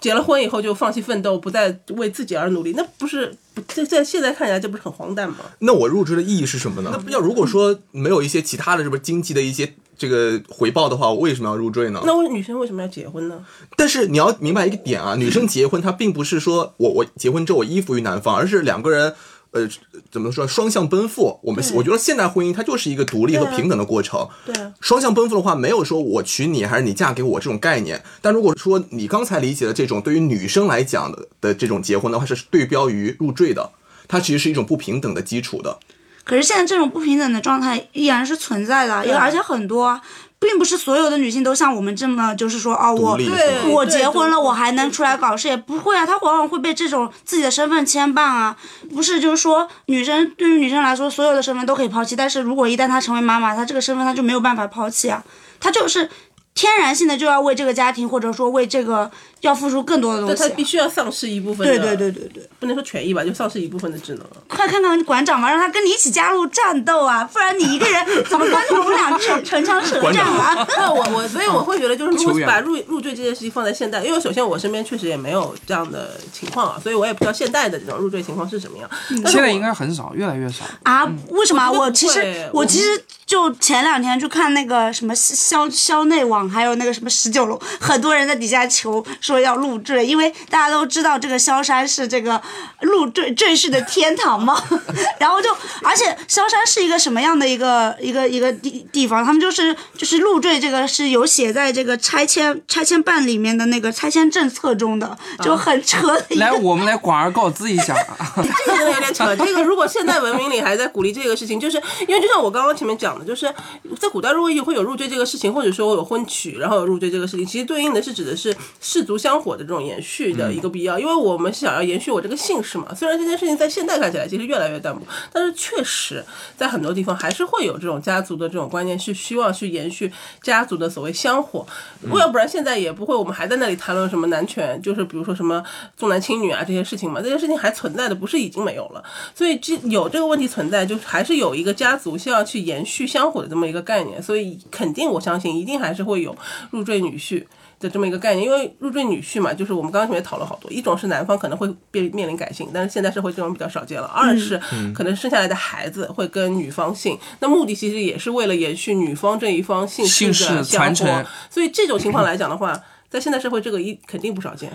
S2: 结了婚以后就放弃奋斗，不再为自己而努力，那不是不这在现在看起来这不是很荒诞吗？
S3: 那我入职的意义是什么呢？那要如果说没有一些其他的什么经济的一些这个回报的话，我为什么要入赘呢？
S2: 那为女生为什么要结婚呢？
S3: 但是你要明白一个点
S1: 嗯
S3: 啊，女生结婚她并不是说我我结婚之后我依附于男方，而是两个人。呃，怎么说？双向奔赴，我们我觉得现代婚姻它就是一个独立和
S2: 对啊
S3: 平等的过程。
S2: 对啊，
S3: 双向奔赴的话，没有说我娶你还是你嫁给我这种概念。但如果说你刚才理解的这种对于女生来讲的的这种结婚的话，是对标于入赘的，它其实是一种不平等的基础的。
S1: 可是现在这种不平等的状态依然是存在的，因为而且很多，并不是所有的女性都像我们这么就是说哦，
S3: 独
S1: 我
S3: 立
S2: 对
S1: 我结婚了，
S2: 对
S1: 我还能出来搞事业？不会啊，她往往会被这种自己的身份牵绊啊。不是，就是说，女生对于女生来说，所有的身份都可以抛弃，但是如果一旦她成为妈妈，她这个身份她就没有办法抛弃啊，她就是天然性的就要为这个家庭，或者说为这个要付出更多的东
S2: 对
S1: 西啊、
S2: 她必须要丧失一部分的，
S1: 对对对对对，
S2: 不能说权益吧，就丧失一部分的智能。
S1: 快看看馆长吧，让他跟你一起加入战斗啊，不然你一个人怎么观察我们俩唇唇枪舌战啊？
S2: 那我我所以我会觉得，就是如
S4: 球
S2: 果
S4: 员
S2: 把入入赘这件事情放在现代，因为首先我身边确实也没有这样的情况啊，所以我也不知道现代的这种入赘情况是什么样。但是
S4: 现在
S2: 我
S4: 应该很少，越来为越少。
S1: 啊，为什么啊？
S2: 嗯我觉得不会
S1: 我其实
S2: 我
S1: 我其实就前两天去看那个什么校校内网，还有那个什么十九楼，很多人在底下求说要入赘，因为大家都知道这个萧山是这个入赘赘婿的天堂 嘛。然后就，而且萧山是一个什么样的一个一个一个地地方？他们就是就是入赘这个是有写在这个拆迁拆迁办里面的那个拆迁政策中的，就
S2: 啊
S1: 很扯的一个。
S4: 来，我们来广而告之一下啊，
S2: 这个有点扯。这个如果现代文明里还在鼓励这个事情，就是因为就像我刚刚前面讲的，就是在古代如果有会有入赘这个事情，或者说有婚娶，然后有入赘这个事情，其实对应的是指的是氏族香火的这种延续的一个必要，因为我们想要延续我这个姓氏嘛。虽然这件事情在现代看起来其实越来越淡薄，但是确实在很多地方还是会有这种家族的这种观念，是希望去延续家族的所谓香火，要不然现在也不会我们还在那里谈论什么男权，就是比如说什么重男轻女啊这些事情嘛，这些事情还存在的，不是已经没有了。所以这有这个问题存在，就还是有一个家族需要去延续香火的这么一个概念，所以肯定我相信一定还是会有入赘女婿。的这么一个概念，因为入赘女婿嘛，就是我们刚刚前面讨论好多，一种是男方可能会变面临改姓，但是现在社会这种比较少见了；二
S4: 嗯
S2: 是可能生下来的孩子会跟女方姓，那目的其实也是为了延续女方这一方姓
S4: 姓氏
S2: 的
S4: 传
S2: 香
S4: 承
S2: 火，所以这种情况来讲的话。在现代社会，这个一肯定不少见。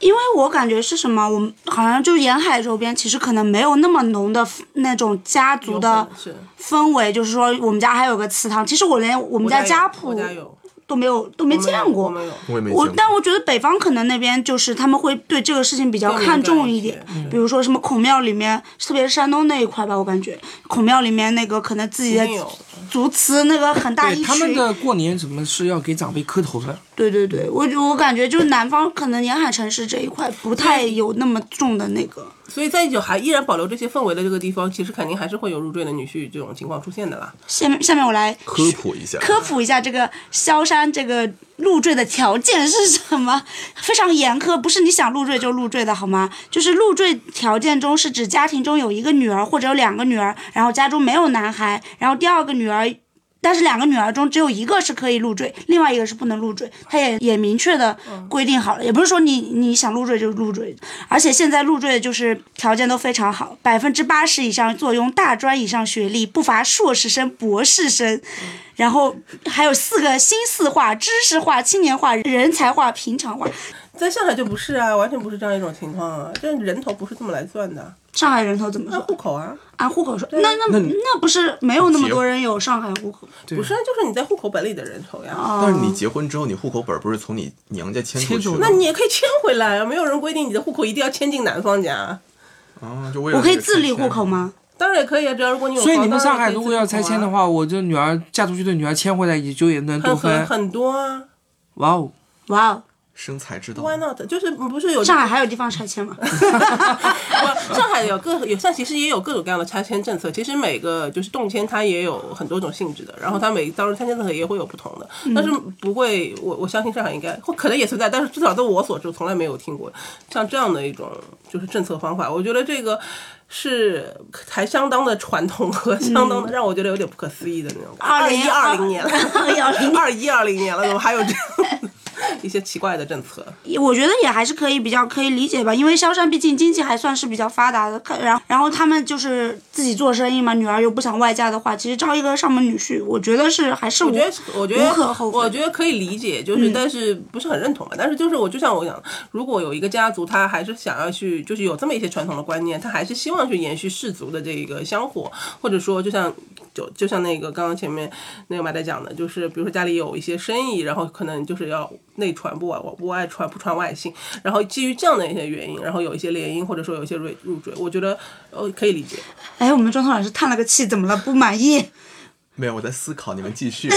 S1: 因为我感觉是什么，我们好像就沿海周边，其实可能没有那么浓的那种家族的
S2: 是，
S1: 氛围，就是说我们家还有个祠堂，其实我连我们
S2: 我
S1: 家
S2: 有
S1: 家谱
S2: 我家有，
S1: 都没有都没
S2: 我们
S1: 见
S2: 有我
S1: 过。
S2: 们有
S3: 我也没
S1: 我
S3: 见过。
S1: 但我觉得北方可能那边就是他们会对这个事情比较
S2: 更
S1: 看重
S2: 敏感嗯
S1: 一
S2: 一
S1: 点
S2: 些，
S1: 比如说什么孔庙里面，特别是山东那一块吧，我感觉孔庙里面那个可能自己
S2: 一
S1: 的
S2: 定有。
S1: 族祠那个很大一
S4: 对
S1: 区，
S4: 他们的过年怎么是要给长辈磕头的？
S1: 对对对，我我感觉就是南方可能沿海城市这一块不太有那么重的那个。
S2: 所以在有还依然保留这些氛围的这个地方，其实肯定还是会有入赘的女婿这种情况出现的啦。
S1: 下面下面我来
S3: 科普一下，
S1: 科普一下这个萧山这个入赘的条件是什么， 非常严苛，不是你想入赘就入赘的好吗？就是入赘条件中是指家庭中有一个女儿或者有两个女儿，然后家中没有男孩，然后第二个女儿。但是两个女儿中只有一个是可以入赘，另外一个是不能入赘，他也也明确的规定好了，也不是说你你想入赘就入赘，而且现在入赘的就是条件都非常好，百分之八十以上坐拥大专以上学历，不乏硕士生、博士生，然后还有四个新四化、知识化、青年化、人才化、平常化。
S2: 在上海就不是啊，完全不是这样一种情况啊，这人头不是这么来算的，
S1: 上海人头怎么
S2: 按
S1: 算？
S2: 户口啊，
S1: 按户口算？那那那不是没有那么多人有上海户口？
S2: 不是啊，就是你在户口本里的人头呀，
S1: 哦啊
S3: 但是你结婚之后，你户口本不是从你娘家迁出
S4: 迁
S3: 去
S4: 走
S3: 的？
S4: 的
S2: 那你也可以迁回来啊，没有人规定你的户口一定要迁进男方家啊，
S3: 啊，就为了
S1: 我可以
S3: 这个
S1: 自立
S3: 拆迁
S1: 户口？吗？
S2: 当然也可以啊，只要如果你有
S4: 所
S2: 房。
S4: 以你们上
S2: 当
S4: 海
S2: 然也可以
S4: 如果要拆
S1: 啊
S4: 迁的话，我这女儿嫁出去的女儿迁回来也就也能
S2: 自
S4: 多
S2: 己户口啊，很很
S4: 分。
S2: 很多啊
S4: 哇哦，
S1: 哇哦，
S3: 生财之道。
S2: ，Why not？就是不是有
S1: 上海还有地方拆迁吗？
S2: 不 上海有各有像其实也有各种各样的拆迁政策，其实每个就是动迁它也有很多种性质的，然后它每当然拆迁政策也会有不同的，但是不会，我我相信上海应该或可能也存在，但是至少在我所知从来没有听过像这样的一种就是政策方法，我觉得这个是还相当的传统和相当的让我觉得有点不可思议的那种感觉。嗯二一二零年了，
S1: 2020
S2: 二一二零年了，怎么还有这样的 一些奇怪的政策？
S1: 也我觉得也还是可以比较可以理解吧，因为萧山毕竟经济还算是比较发达的，看然后然后他们就是自己做生意嘛，女儿又不想外嫁的话，其实招一个上门女婿，我觉得是还是我
S2: 我觉得是，我觉得
S1: 无可厚非嗯
S2: 我觉得可以理解，就是但是不是很认同嘛。但是就是我就像我讲，如果有一个家族，他还是想要去，就是有这么一些传统的观念，他还是希望去延续氏族的这个香火，或者说就像就就像那个刚刚前面那个马仔讲的，就是比如说家里有一些生意，然后可能就是要内传不外，不外传不传外姓，然后基于这样的一些原因，然后有一些联姻，或者说有一些入入赘，我觉得呃可以理解。
S1: 哎，我们庄头老师叹了个气，怎么了？不满意？
S3: 没有，我在思考，你们继续。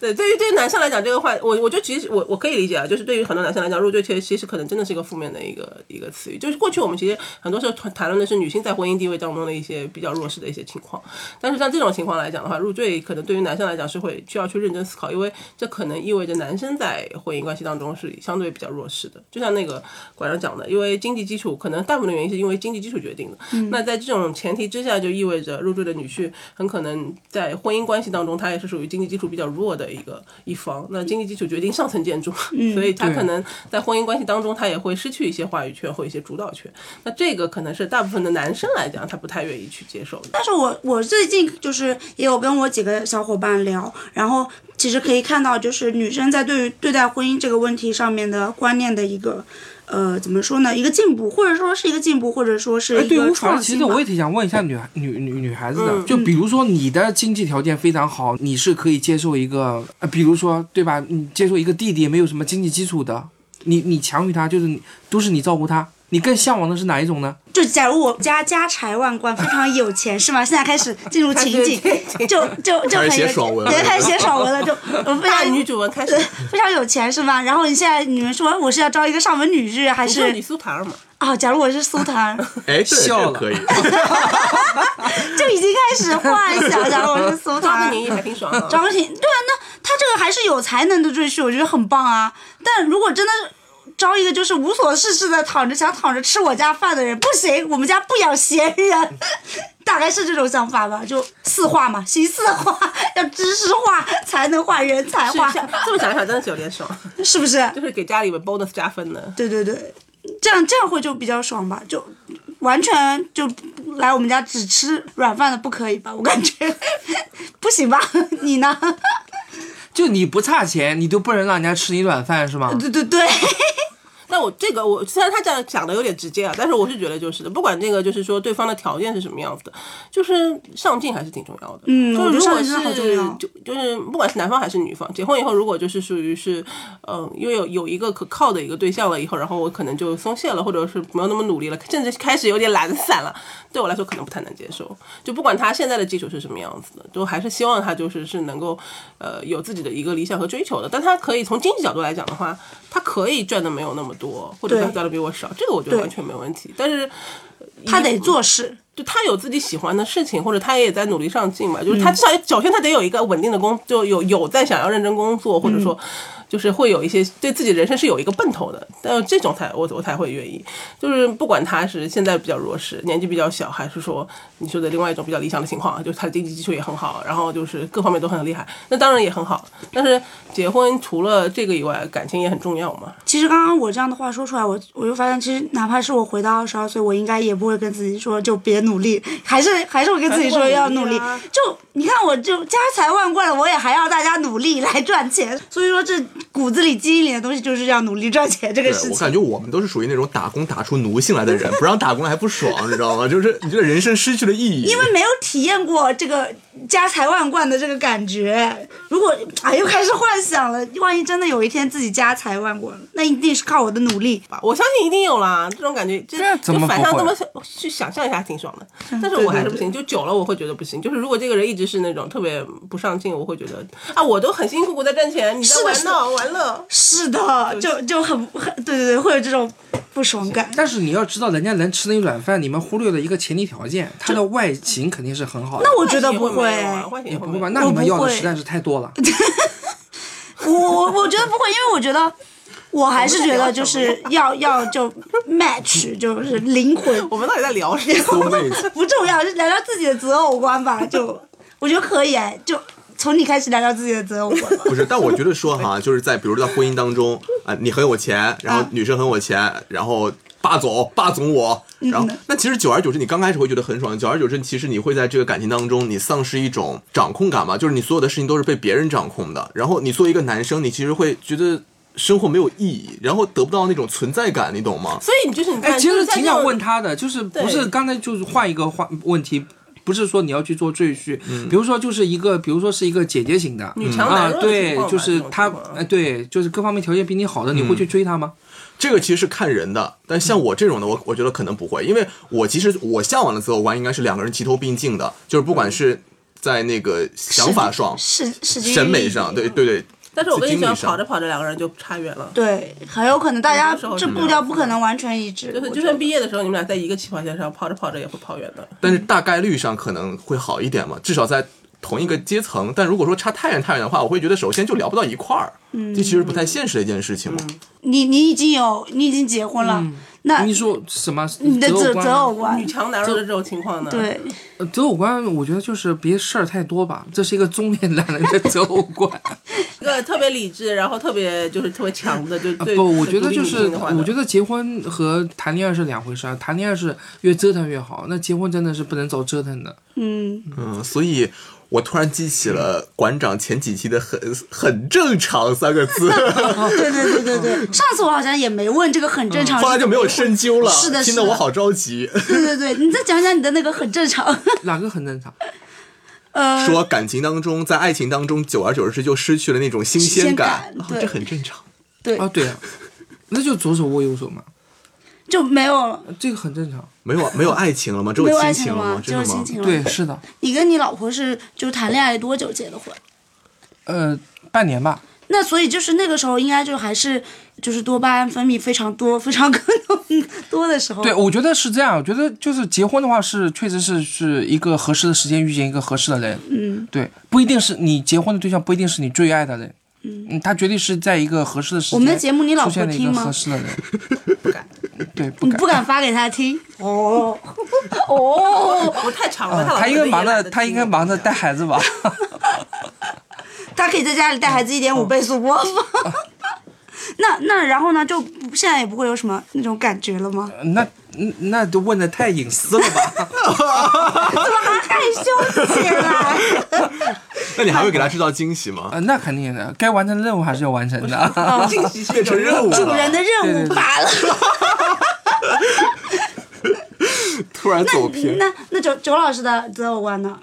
S2: 对，对于对于男生来讲，这个话，我我觉得其实我我可以理解啊，就是对于很多男生来讲，入赘其实其实可能真的是一个负面的一个一个词语。就是过去我们其实很多时候谈谈论的是女性在婚姻地位当中的一些比较弱势的一些情况，但是像这种情况来讲的话，入赘可能对于男生来讲是会需要去认真思考，因为这可能意味着男生在婚姻关系当中是相对比较弱势的。就像那个馆长讲的，因为经济基础可能大部分的原因是因为经济基础决定的。那在这种前提之下，就意味着入赘的女婿很可能在婚姻关系当中，他也是属于经济基础比较弱的一个一方。那经济基础决定上层建筑，所以他可能在婚姻关系当中，他也会失去一些话语权或一些主导权。那这个可能是大部分的男生来讲，他不太愿意去接受的。
S1: 但是我我最近就是也有跟我几个小伙伴聊，然后其实可以看到，就是女生在对于对待婚姻这个问题上面的观念的一个，呃，怎么说呢？一个进步，或者说是一个进步，或者说是
S4: 哎，
S1: 一
S4: 对
S1: 个
S4: 于
S1: 创
S4: 反
S1: 新
S4: 其实
S1: 吧嗯
S4: 我也挺想问一下女孩女女女孩子的，就比如说你的经济条件非常好，你是可以接受一个，呃，比如说对吧？你接受一个弟弟没有什么经济基础的，你你强于他，就是你都是你照顾他，你更向往的是哪一种呢？
S1: 就假如我家家财万贯，非常有钱，是吗？现在开始进入情 景，就就就
S3: 开
S1: 很
S3: 始写
S1: 有
S3: 爽文了
S1: 对，开始写爽文了，就我非
S2: 大
S1: 常
S2: 女主文开始，
S1: 非常有钱，是吧？然后你现在你们说我是要招一个上门女婿，还
S2: 你说
S1: 是
S2: 李苏塔 尔嘛？
S1: 啊、假如我是苏檀，
S3: 哎，对，
S4: 笑
S3: 这
S4: 了
S3: 个可以。
S1: 就已经开始幻想，假如我 是苏
S2: 抓
S1: 檀
S2: 个。你还挺 爽的。
S1: 张婷，对啊，那他这个还是有才能的赘婿，我觉得很棒啊。但如果真的是招一个就是无所事事的躺着想躺着吃我家饭的人，不行，我们家不养闲人， 大概是这种想法吧。就四化嘛，行四化，要知识化才能化人才
S2: 是
S1: 化，
S2: 像这么想一想，真的是有点爽，
S1: 是不是？
S2: 就是给家里面 bonus 加分的。
S1: 对对对，这样这样会就比较爽吧，就完全就来我们家只吃软饭的不可以吧？我感觉 不行吧？ 你呢？
S4: 就你不差钱，你都不能让人家吃你软饭是吗？
S1: 对对对。
S2: 那我这个我虽然他这样讲的有点直接啊，但是我是觉得就是的，不管这个就是说对方的条件是什么样子的，就是上进还是挺重要的。
S1: 嗯
S2: 就
S1: 我觉得
S2: 是如
S1: 上
S2: 果
S1: 进
S2: 是
S1: 真的好重要
S2: 就就是不管是男方还是女方，结婚以后如果就是属于是，嗯，因为有有一个可靠的一个对象了以后，然后我可能就松懈了，或者是没有那么努力了，甚至开始有点懒散了，对我来说可能不太能接受。就不管他现在的基础是什么样子的，就还是希望他就是是能够呃有自己的一个理想和追求的。但他可以从经济角度来讲的话，他可以赚的没有那么多，或者
S1: 对
S2: 他赚的比我少，这个我觉得
S1: 对
S2: 完全没问题。但是
S1: 他得做事，
S2: 就他有自己喜欢的事情，或者他也在努力上进嘛。就是他至少首先他得有一个稳定的工，就有有在想要认真工作，或者说就是会有一些对自己人生是有一个奔头的。但这种才我我才会愿意。就是不管他是现在比较弱势，年纪比较小，还是说你说的另外一种比较理想的情况，就是他的经济基础也很好，然后就是各方面都很厉害，那当然也很好。但是结婚除了这个以外，感情也很重要嘛。
S1: 其实刚刚我这样的话说出来，我我就发现，其实哪怕是我回到二十二岁，我应该也不会跟自己说就别努力，还是还是会跟自己说要努力。
S2: 还是会努力啊
S1: 就你看，我就家财万贯了，我也还要大家努力来赚钱。所以说，这骨子里基因里的东西就是要努力赚钱这个事
S3: 对，我
S1: 情。
S3: 感觉我们都是属于那种打工打出奴性来的人，不让打工了还不爽，你知道吗？就是你这人生失去了意义。
S1: 因为没有体验过这个家财万贯的这个感觉，如果哎又开始幻想了，万一真的有一天自己家财万贯，那一定是靠我的努力。
S2: 吧我相信一定有啦，这种感觉就
S4: 这怎么
S2: 就反向
S4: 不会啊
S2: 这么想去想象一下，挺爽的。但是我还是不行，就久了我会觉得不行。就是如果这个人一直是那种特别不上进，我会觉得啊，我都很辛苦苦在赚钱，你在
S1: 是的
S2: 玩
S1: 是的
S2: 闹玩乐。
S1: 是的，就就很很对对对，会有这种不爽感。
S4: 但是你要知道，人家能吃你软饭，你们忽略了一个前提条件，他的外形肯定是很好的。
S1: 那我觉得不
S2: 会
S1: 会
S2: 没有，啊，外形也
S4: 也
S2: 会
S4: 不
S2: 没
S4: 会
S2: 有
S4: 吧？那你
S1: 我
S4: 们
S1: 不
S4: 要的
S1: 会
S4: 实在是太多了。
S1: 我我我觉得不会，因为我觉得我还是觉得就是要要就 match，就是灵魂
S2: 我们到底在 聊什么？
S3: soulmate
S1: 不重要，就聊聊自己的择偶观吧。就我觉得可以，哎就从你开始聊聊自己的择偶观 吧。
S3: 不是，但我觉得说哈，就是在比如在婚姻当中啊、你很有钱，然后
S1: 啊
S3: 女生很有钱，然后霸总霸总我，然后那其实久而久之，你刚开始会觉得很爽，久而久之，其实你会在这个感情当中，你丧失一种掌控感吧，就是你所有的事情都是被别人掌控的，然后你作为一个男生，你其实会觉得。生活没有意义，然后得不到那种存在感，你懂吗？
S2: 所以你就是你看，
S4: 哎，其
S2: 就是
S4: 实
S2: 在
S4: 挺
S2: 这
S4: 想
S2: 种
S4: 问他的，就是不是
S2: 对
S4: 刚才就是换一个话问题，不是说你要去做赘婿，比如说就是一个，比如说是一个姐姐型的。
S2: 女强
S4: 啊
S2: 男，弱的情
S4: 对
S2: 况，吧
S4: 就是他，
S2: 这种
S4: 哎，对，就是各方面条件比你好的，你会去追他吗？
S3: 这个其实是看人的，但像
S2: 嗯
S3: 我这种的，我我觉得可能不会，因为我其实我向往的择偶观应该是两个人齐头并进的，就是不管
S2: 嗯
S3: 是在那个想法上、
S1: 是是
S3: 审美上，对对对，
S2: 嗯但是我跟你
S3: 经
S2: 讲，
S3: 历上
S2: 跑着跑着两个人就差远了。
S1: 对，很有可能大家
S2: 有的时候
S1: 这
S2: 是
S1: 步调不可能完全一致。
S2: 就
S1: 我
S2: 是就
S1: 觉得
S2: 算毕业的时候，你们俩在一个起跑线上，跑着跑着也会跑远的。
S3: 但是大概率上可能会好一点嘛，至少在同一个阶层。但如果说差太远太远的话，我会觉得首先就聊不到一块儿，
S2: 嗯
S3: 这其实不太现实的一件事情嘛。
S1: 你你已经有你已经结婚了，
S2: 啊
S1: 那
S4: 你说什么？
S1: 你的
S4: 择
S1: 择
S4: 观
S1: 择
S4: 吗
S1: 偶观
S2: 女，强男弱的这种情况呢？，
S1: 对，
S4: 呃择偶观，我觉得就是别事儿太多吧，这是一个中年男人的择偶 观。
S2: 一个特别理智，然后特别就是特别强的，就
S4: 啊
S2: 对。
S4: 不，我觉得就是，我觉
S2: 得
S4: 得结婚和谈恋爱是两回事啊。谈恋爱是越折腾越好，那结婚真的是不能走折腾的。
S1: 嗯，
S3: 嗯，所以我突然记起了馆长前几期的很很正常三 个字，
S1: 对对对对对。上次我好像也没问这个，很正常。
S3: 后来就没有深究了，
S1: 是的
S3: 听
S1: 是
S3: 得
S1: 的
S3: 我好着急。
S1: 对对对，你再讲讲你的那个很正常。
S4: 哪个很正常？
S1: 呃，
S3: 说感情当中，在爱情当中，久而久之就失去了那种新鲜感
S1: 新鲜，感
S3: 哦
S1: 对
S3: 这很正常。
S1: 对，
S4: 啊， 对啊，那就左手握右手嘛，
S1: 就没有了，
S4: 这个很正常。
S3: 没有没有爱情 了吗？只
S1: 没有爱情
S3: 亲情了
S1: 吗？
S3: 吗？
S1: 只
S3: 真
S1: 有
S3: 的
S1: 亲
S3: 吗？
S1: 情了。
S4: 对，，是的，
S1: 你跟你老婆是就谈恋爱多久结的婚？
S4: 呃，半年吧。
S1: 那所以就是那个时候，应该就还是就是多巴胺分泌非常多、非常更多的时候。
S4: 对，我觉得是这样。我觉得就是结婚的话是，确实是是一个合适的时间遇见一个合适的人。嗯，对，不一定是你结婚的对象，不一定是你最爱的人。嗯，他绝对是在一个合适的时间。
S1: 我们的节目你老
S4: 出现
S1: 婆
S4: 了一个
S1: 听吗
S4: 合适的人，对， 不
S1: 你
S4: 敢
S1: 不。敢发给她听。哦哦，
S2: 我太长了，
S4: 啊
S2: 老
S4: 他应该
S2: 婆
S4: 忙
S2: 也懒
S4: 着，
S2: 得
S4: 他应该
S2: 听
S4: 忙着带孩 子吧？
S1: 她可以在家里带孩子一点五倍速播放。那那然后呢？就现在也不会有什么那种感觉了吗？
S4: 那那就问的太隐私了 吧？
S1: 怎么还害羞起来？
S3: 那你还会给他制造惊喜吗？
S4: 啊，那肯定的，该完成的任务还是要完成的。
S2: 啊 惊喜是一
S3: 变成
S2: 种
S3: 任务
S1: 主人
S3: 了，
S1: 的任务罢了。
S3: 突然走偏。
S1: 那那九九老师的择偶观呢？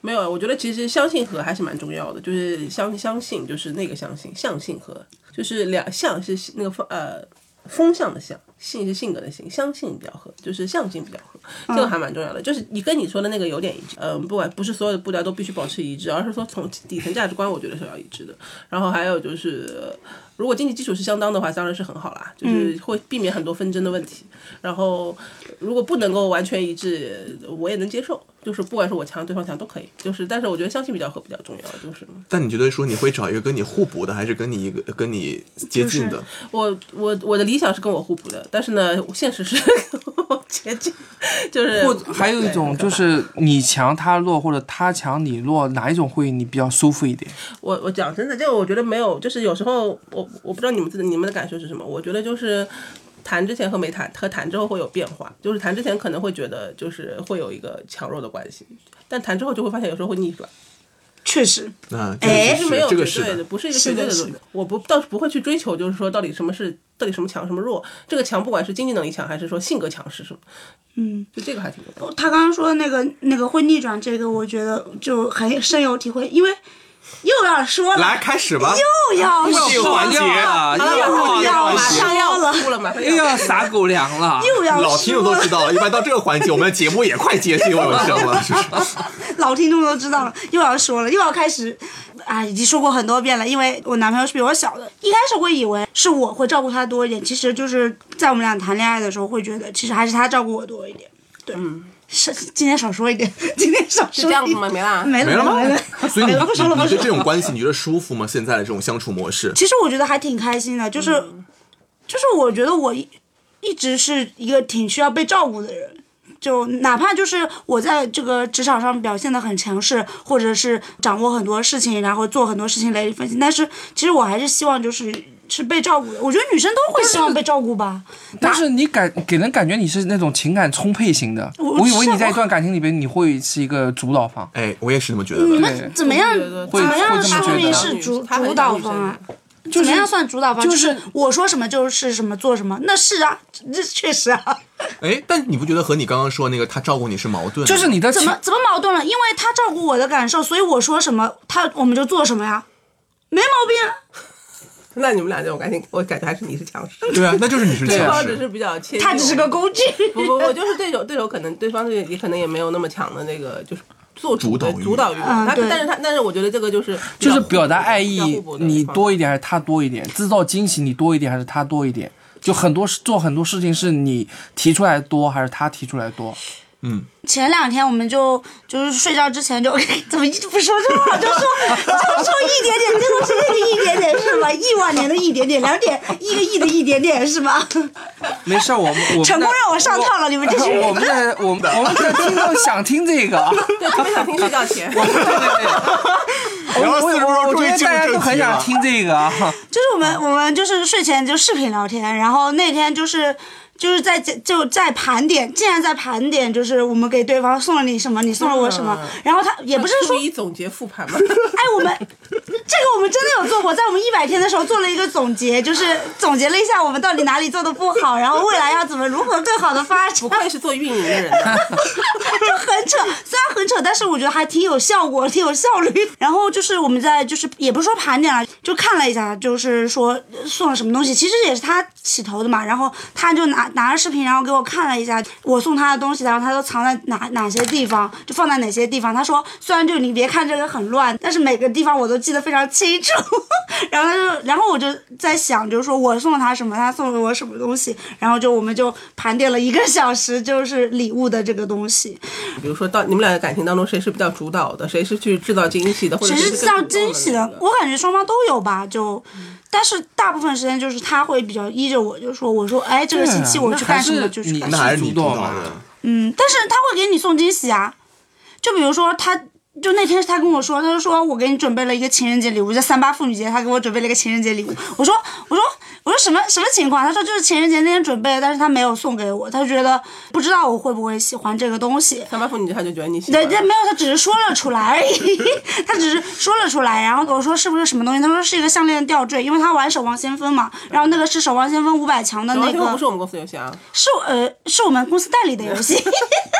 S2: 没有，我觉得其实相信和还是蛮重要的，就是相相信，就是那个相信，相信和就是两相是那个风呃风向的向，性是性格的性，相信比较合，就是相信比较合，
S4: 嗯
S2: 这个还蛮重要的。就是你跟你说的那个有点一致，嗯、不管不是所有的步调都必须保持一致，而是说从底层价值观，我觉得是要一致的。然后还有就是。如果经济基础是相当的话，当然是很好啦，
S4: 嗯
S2: 就是会避免很多纷争的问题。然后，如果不能够完全一致，我也能接受，就是不管是我强对方强都可以，就是但是我觉得相信比较合比较重要，就是
S3: 但你觉得说你会找一个跟你互补的，还是跟你一个跟你接近的？
S2: 我我我的理想是跟我互补的，但是呢，现实是跟我接近，就是
S4: 或者还有一种就是你强他弱，或者他强你弱，哪一种会你比较舒服一点？
S2: 我我讲真的，就我觉得没有，就是有时候我我不知道你们自己你们的感受是什么，我觉得就是。谈之前和没谈和谈之后会有变化，就是谈之前可能会觉得就是会有一个强弱的关系，但谈之后就会发现有时候会逆转，
S1: 确实，
S3: 那
S1: 哎
S3: 这
S2: 是
S3: 个
S2: 没
S3: 是
S2: 有
S3: 这
S2: 绝
S3: 个是
S2: 对的，
S3: 的，
S2: 不是一个
S1: 是
S2: 绝
S1: 的
S2: 对的
S1: 是
S2: 东西。我不倒是不会去追求，就是说到底什么是到底什么强什么弱，这个强不管是经济能力强还是说性格强势什么，
S1: 嗯，
S2: 就这个还挺重要的。
S1: 他刚刚说的那个那个会逆转，这个我觉得就很深有体会，因为又要说了，
S3: 来开始吧。
S1: 又要
S3: 固定
S1: 说
S3: 环节
S1: 了，
S4: 啊
S2: 好
S1: 又
S2: 了，
S1: 要
S2: 马上
S1: 说
S2: 要
S1: 了
S2: 哭了，马上
S4: 又
S2: 要
S4: 要撒哎狗粮了。
S1: 又要
S3: 老听众都知
S1: 道，
S3: 道了，一般到这个环节，我们的节目也快接近尾声了，是不是？
S1: 老听众都知道了，又要说了，又要开始，啊，已经说过很多遍了。因为我男朋友是比我小的，一开始会以为是我会照顾他多一点，其实就是在我们俩谈恋爱的时候，会觉得其实还是他照顾我多一点。对，是今天少说一点，今天少
S2: 是
S1: 说
S2: 这样
S1: 一
S2: 子
S1: 点
S2: 吗？。没啦。
S1: 没了
S3: 没了吗
S1: 没了，？
S3: 所以你
S1: 没了不说了
S3: 你
S1: 不说
S3: 你对
S1: 了
S3: 这种关系，你觉得舒服吗？现在的这种相处模式，
S1: 其实我觉得还挺开心的，就是、
S4: 嗯
S1: 就是我觉得我一一直是一个挺需要被照顾的人。就哪怕就是我在这个职场上表现的很强势，或者是掌握很多事情，然后做很多事情雷厉风行，但是其实我还是希望就是是被照顾的。我觉得女生都会希望被照顾吧。
S4: 但是你感给人感觉你是那种情感充沛型的，
S1: 我
S4: 我以为
S1: 是
S4: 你在
S1: 我
S4: 一段感情里边你会是一个主导方。
S3: 哎，我也是这么觉得
S1: 你
S3: 的。
S1: 们怎么样？
S2: 会
S1: 怎么样
S4: 会这么
S1: 说
S4: 觉
S1: 明
S4: 得
S1: 是主
S2: 他很
S1: 主导
S2: 女生
S1: 方啊？
S4: 就
S1: 怎
S4: 是
S1: 么样算主导方？就
S4: 就是
S1: 我说什么就是什么，做什么，那是啊，这确实啊。
S3: 哎，但你不觉得和你刚刚说那个他照顾你是矛盾的吗？
S4: 就是你的
S1: 怎
S4: 情
S1: 么怎么矛盾了？因为他照顾我的感受，所以我说什么他我们就做什么呀，没毛病啊。
S2: 那你们俩这种感情，我感觉还是你是强势，
S3: 对啊，那就是你是
S4: 对啊
S3: 强
S2: 我只
S3: 势。
S2: 是比较谦。
S1: 他只是个工具。
S2: 不不不，就是对手对手可能对方也也可能也没有那么强的那个就是做主的
S3: 主导欲
S2: 主导欲望，
S1: 嗯
S2: 他
S1: 对
S2: 但是他但是我觉得这个就是
S4: 就是
S2: 比较
S4: 表达爱
S2: 比较互
S4: 意
S2: 补，的
S4: 你
S2: 方
S4: 多一点还是他多一点？制造惊喜，你多一点还是他多一点？就很多事做很多事情是你提出来多还是他提出来多？
S3: 嗯，
S1: 前两天我们就就是睡觉之前就哎怎么一直不说这话，就说 就说一点点，最后是那个一点点是吧？亿万年的一点点，两点一个亿的一点点是 吧？
S4: 没事儿，我们我们
S1: 成功
S4: 在
S1: 让我上套了你们这群人
S4: 我们在我们我们的听众想听这个，啊
S2: 对，特别想听睡 觉前。
S4: 对对对，
S3: 然后
S4: 我
S3: 四十分
S4: 我
S3: 钟
S4: 我觉
S3: 终于
S4: 得
S3: 进入
S4: 大家都
S3: 正
S4: 很
S3: 题
S4: 想
S3: 了。
S4: 听这个，啊
S1: 就是我们我们就是睡前就视频聊天，然后那天就是就是在就在盘点，竟然在盘点，就是我们给对方送了你什么，你送了我什么，然后他也不是说
S2: 初一总结复盘嘛，
S1: 哎，我们这个我们真的有做过，在我们一百天的时候做了一个总结，就是总结了一下我们到底哪里做的不好，然后未来要怎么如何更好的发展
S2: 不，愧是做运营的人啊，
S1: 就很扯。虽然很扯，但是我觉得还挺有效果，挺有效率。然后就是我们在就是也不是说盘点了，啊就看了一下，就是说送了什么东西，其实也是他起头的嘛。然后他就拿拿着视频，然后给我看了一下我送他的东西，然后他都藏在哪哪些地方，就放在哪些地方。他说虽然就你别看这个很乱，但是每个地方我都记得非常清楚。 然后他就，然后我就在想，就是说我送了他什么，他送了我什么东西，然后就我们就盘点了一个小时，就是礼物的这个东西。
S2: 比如说到你们俩的感情当中，谁是比较主导的，谁是去制造惊喜的，或者
S1: 谁
S2: 是
S1: 是制造惊喜
S2: 更主动
S1: 的
S2: 那？个
S1: 我感觉双方都有吧，就，但是大部分时间就是他会比较依着我，就说我说哎，这个星期我去干什么就去干什
S3: 那
S4: 那
S1: 么，
S3: 还是你主
S4: 主
S3: 导
S4: 动
S3: 的
S4: 啊，
S1: 嗯，但是他会给你送惊喜啊，就比如说他。就那天他跟我说，他就说我给你准备了一个情人节礼物，在三八妇女节他给我准备了一个情人节礼物。我说我说我说什么什么情况？他说就是情人节那天准备的，但是他没有送给我，他就觉得不知道我会不会喜欢这个东西。
S2: 三八妇女他就觉得你喜欢啊
S1: 对，，但没有，他只是说了出来而已， 他只是说了出来。然后我说是不是什么东西？他说是一个项链吊坠，因为他玩守望先锋嘛。然后那个是守望先锋五百强的
S2: 然
S1: 那
S2: 后最后
S1: 个
S2: 不是，我们公司邮箱，
S1: 是呃是我们公司代理的游 戏，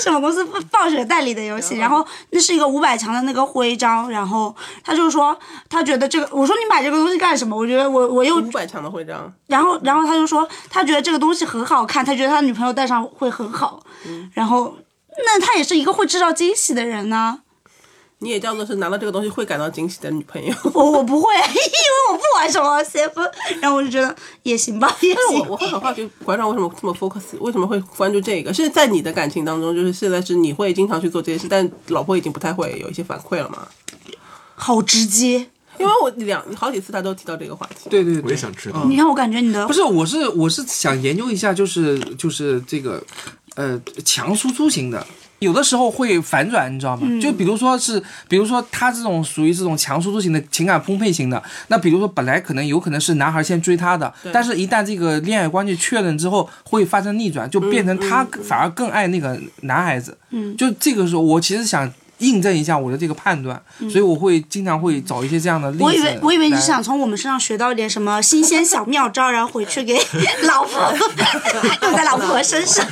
S1: 是我们公司报社代理的游戏。
S2: 嗯
S1: 然后那是一个五百强的那个徽章。然后他就说他觉得这个，我说你买这个东西干什么？我觉得我我又
S2: 五百强的徽章，
S1: 然后，然后他就说，他觉得这个东西很好看，他觉得他女朋友戴上会很好。
S2: 嗯
S1: 然后，那他也是一个会制造惊喜的人呢、
S2: 你也叫做是拿到这个东西会感到惊喜的女 朋友。
S1: 我我不会，因为我不玩什么 CF。然后我就觉得也行吧，也
S2: 但是我
S1: 行。
S2: 我会很好奇，馆长为什么这么 focus，为什么会关注这个？是在你的感情当中，就是现在是你会经常去做这些事，但老婆已经不太会有一些反馈了嘛？
S1: 好直接，
S2: 因为我两好几次他都提到这个话题，
S4: 对对
S3: 我也
S4: 对。
S3: 想知道。
S1: 你看我感觉你的
S4: 不是，我是我是想研究一下，就是就是这个，呃，强输出型的，有的时候会反转，你知道吗？
S1: 嗯
S4: 就比如说是，比如说他这种属于这种强输出型的情感丰沛型的，那比如说本来可能有可能是男孩先追她的，但是一旦这个恋爱关系确认之后，会发生逆转，就变
S1: 嗯
S4: 成他反而更爱那个男孩子。嗯，就这个时候，我其实想。印证一下我的这个判断，所以我会经常会找一些这样的例子
S1: 嗯
S4: 来。
S1: 我以为我以为你是想从我们身上学到一点什么新鲜小妙招，然后回去给老婆用在老婆身上。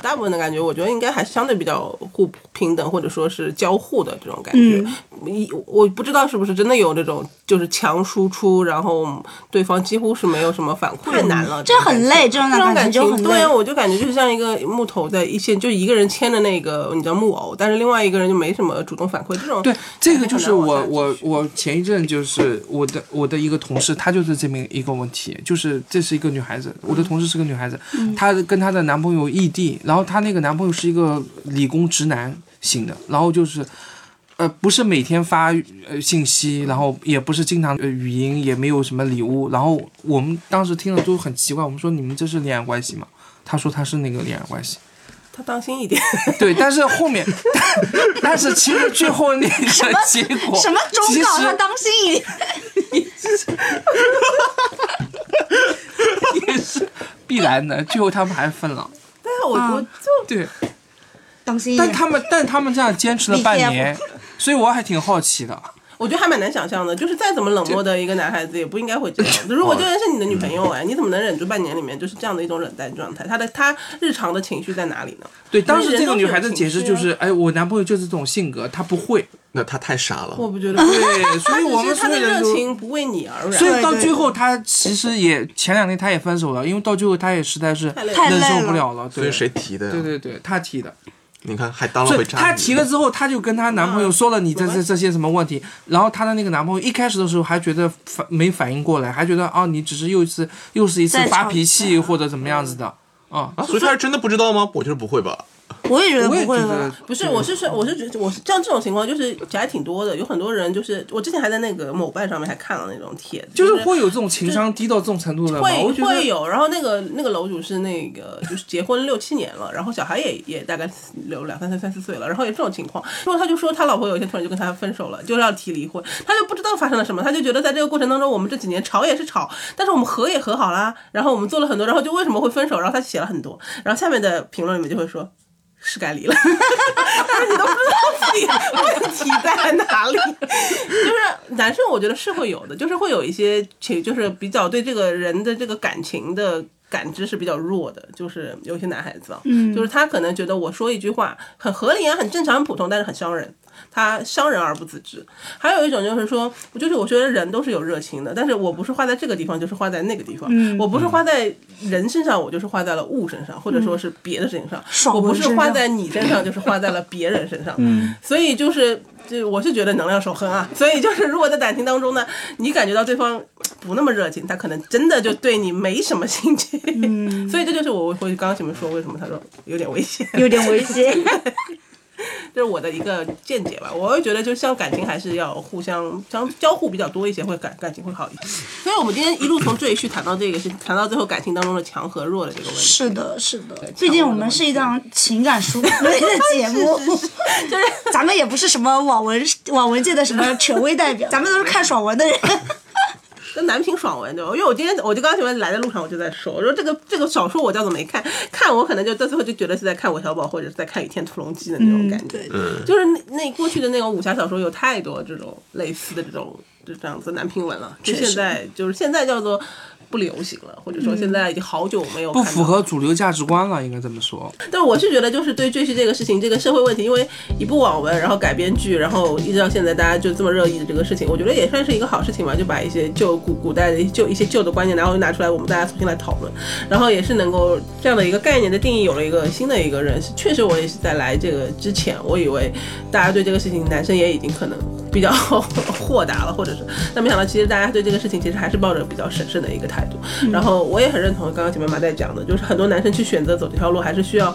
S2: 大部分的感觉，我觉得应该还是相对比较互平等，或者说是交互的这种感觉。
S1: 嗯
S2: 一我不知道是不是真的有这种，就是强输出，然后对方几乎是没有什么反馈，太难了，
S1: 嗯这很累，这种
S2: 这种
S1: 感觉
S2: 情
S1: 就很
S2: 对
S1: 累
S2: 啊，。我就感觉就是像一个木头在一线，就一个人牵着那个你知道木偶，但是另外一个人就没什么主动反馈。这种
S4: 对，这个就是我
S2: 很难往下
S4: 我
S2: 继续
S4: 我前一阵就是我的我的一个同事，她就是这么一个问题，就是这是一个女孩子，我的同事是个女孩子，
S2: 嗯
S4: 她跟她的男朋友异地，然后她那个男朋友是一个理工直男型的，然后就是。呃，不是每天发呃信息，然后也不是经常呃语音，也没有什么礼物。然后我们当时听了都很奇怪，我们说你们这是恋爱关系吗？她说她是那个恋爱关系。
S2: 他当心一点，
S4: 对，但是后面， 但但是其实最后那个结果，
S1: 什么忠
S4: 其实
S1: 告？他当心一点。
S4: 也是必然的。最后他们还分了，
S2: 但是我
S1: 啊
S2: 我就
S4: 对，
S2: 嗯
S1: 当心一
S4: 但
S1: 点。
S4: 他们但他们这样坚持了半年，所以我还挺好奇的。
S2: 我觉得还蛮难想象的，就是再怎么冷漠的一个男孩子，也不应该会这 样。如果这个人是你的女朋友哎，你怎么能忍住半年里面就是这样的一种冷淡状态？他的他日常的情绪在哪里呢？
S4: 对，当时
S2: 人
S4: 这个
S2: 都是
S4: 女
S2: 有
S4: 孩子
S2: 情
S4: 解释
S2: 绪
S4: 就
S2: 啊
S4: 是，哎，我男朋友就是这种性格，他 不会。
S3: 那他太傻了，
S2: 我不觉得，
S4: 对，所以我
S2: 只啊
S4: 们
S2: 是他
S4: 所
S2: 的
S4: 有人
S2: 热
S4: 都。
S2: 情不为你而
S4: 所
S2: 燃。
S4: 以到
S1: 对对
S4: 最后，他其实也前两天他也分手了，因为到最后他也实在是
S2: 太累
S1: 了
S4: 忍受不了了。
S3: 所
S4: 对
S3: 以，谁提的呀？
S4: 对对对，他提的。
S3: 你看还当了
S4: 是
S3: 回渣女。
S4: 她提了之后，她就跟她男朋友说了你这这这些什么问题，然后她的那个男朋友一开始的时候还觉得反没反应过来，还觉得啊你只是又一次又是一次
S1: 在
S4: 发
S1: 吵
S4: 脾气或者怎么样子的，啊、
S3: 啊，所以他是真的不知道吗？我觉得不会吧。
S1: 我也觉得
S4: 我也
S1: 不
S4: 觉
S1: 会
S4: 得
S1: 吧。
S2: 不是，我是说，我是觉得，我是像这种情况，就是还挺多的。有很多人就是，我之前还在那个某瓣上面还看了那种帖子，
S4: 就是
S2: 是
S4: 会有这种情商低到这种程度的人吗？我
S2: 会
S4: 觉得
S2: 会有。然后那个那个楼主是那个 就是结婚六七年了，然后小孩也也大概有两三岁、三四岁了，然后也这种情况。然后他就说他老婆有一天突然就跟他分手了，就是要提离婚，他就不知道发生了什么，他就觉得在这个过程当中，我们这几年吵也是吵，但是我们和也和好啦，然后我们做了很多，然后就为什么会分手？然后他写了很多，然后下面的评论里面就会说。是该离了， 但是你都不知道自己问题在哪里。就是男生，我觉得是会有的，就是会有一些情，就是比较对这个人的这个感情的感知是比较弱的，就是有些男孩子啊，嗯，就是他可能觉得我说一句话很合理啊，很正常、很普通，但是很伤人。他伤人而不自知，还有一种就是说，就是我觉得人都是有热情的，但是我不是花在这个地方，就是花在那个地方，
S1: 嗯
S2: 我不是花在人身上，我就是花在了物身上，或者说是别的事情上，
S1: 爽
S2: 我不
S1: 文
S2: 是
S1: 身
S2: 花
S1: 上
S2: 在你身上，就是花在了别人身上，嗯，所以就是。就我是觉得能量守恒啊，所以就是如果在感情当中呢，你感觉到对方不那么热情，他可能真的就对你没什么兴趣，
S1: 嗯
S2: 所以这就是我我刚刚前面说为什么他说有点危险，
S1: 有点危险，
S2: 这是我的一个见解吧。我会觉得，就像感情还是要互相相交互比较多一些，会感感情会好一些。所以我们今天一路从赘婿谈到这个，是谈到最后感情当中的强和弱的这个问题。
S1: 是的，是的。毕竟我们是一档情感书类的节目，就是咱们也不是什么网文网文界的什么权威代表，咱们都是看爽文的人。
S2: 跟南平爽文对吧？因为我今天我就刚才来的路上我就在说，我说这个这个小说我叫做没看，看我可能就到最后就觉得是在看韦小宝或者是在看《倚天屠龙记》的那种感觉，
S1: 对
S4: 嗯
S2: 就是那那过去的那种武侠小说有太多这种类似的这种就这样子南平文了，就
S1: 确实
S2: 现在就是现在叫做不流行了，或者说现在已经好久没有
S4: 嗯不
S2: 看到
S4: 符合主流价值观了，应该这么说。
S2: 但我是觉得，就是对赘婿这个事情，这个社会问题，因为一部网文，然后改编剧，然后一直到现在大家就这么热议的这个事情，我觉得也算是一个好事情吧，就把一些旧古古代的一些旧一些旧的观念，然后拿出来，我们大家重新来讨论，然后也是能够这样的一个概念的定义有了一个新的一个认识。确实，我也是在来这个之前，我以为大家对这个事情，男生也已经可能比较 豁达了，或者是，但没想到其实大家对这个事情其实还是抱着比较审慎的一个态
S1: 嗯
S2: 度。然后我也很认同刚刚前面马代讲的，就是很多男生去选择走这条路，还是需要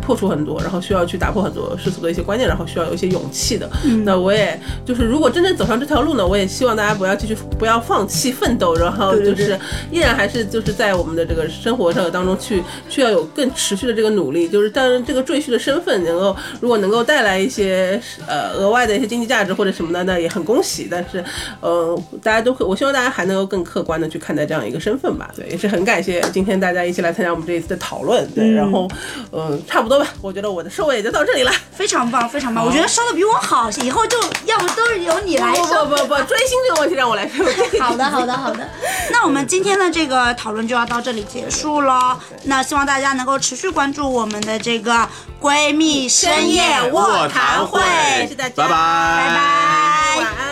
S2: 破除很多，然后需要去打破很多世俗的一些观念，然后需要有一些勇气的。
S1: 嗯
S2: 那我也就是如果真正走上这条路呢，我也希望大家不要继续不要放弃奋斗，然后
S1: 对
S2: 就
S1: 对
S2: 是依然还是就是在我们的这个生活上当中去去要有更持续的这个努力，就是当然这个赘婿的身份能够如果能够带来一些呃额外的一些经济价值或者什么的，那也很恭喜。但是呃，大家都可我希望大家还能够更客观的去看待这样一个身份吧。对，也是很感谢今天大家一起来参加我们这一次的讨论。对，然后嗯、呃差不多吧，我觉得我的收尾也就到这里了。
S1: 非常棒，非常棒！我觉得说的比我好，以后就要不都是由你来
S2: 不
S1: 说。
S2: 不不不，追星这个问题让我来说。
S1: 好的，好的，好的。那我们今天的这个讨论就要到这里结束喽。那希望大家能够持续关注我们的这个闺蜜深夜卧谈会，
S2: 谢谢大家，
S3: 拜拜，
S1: 拜拜
S2: 晚安。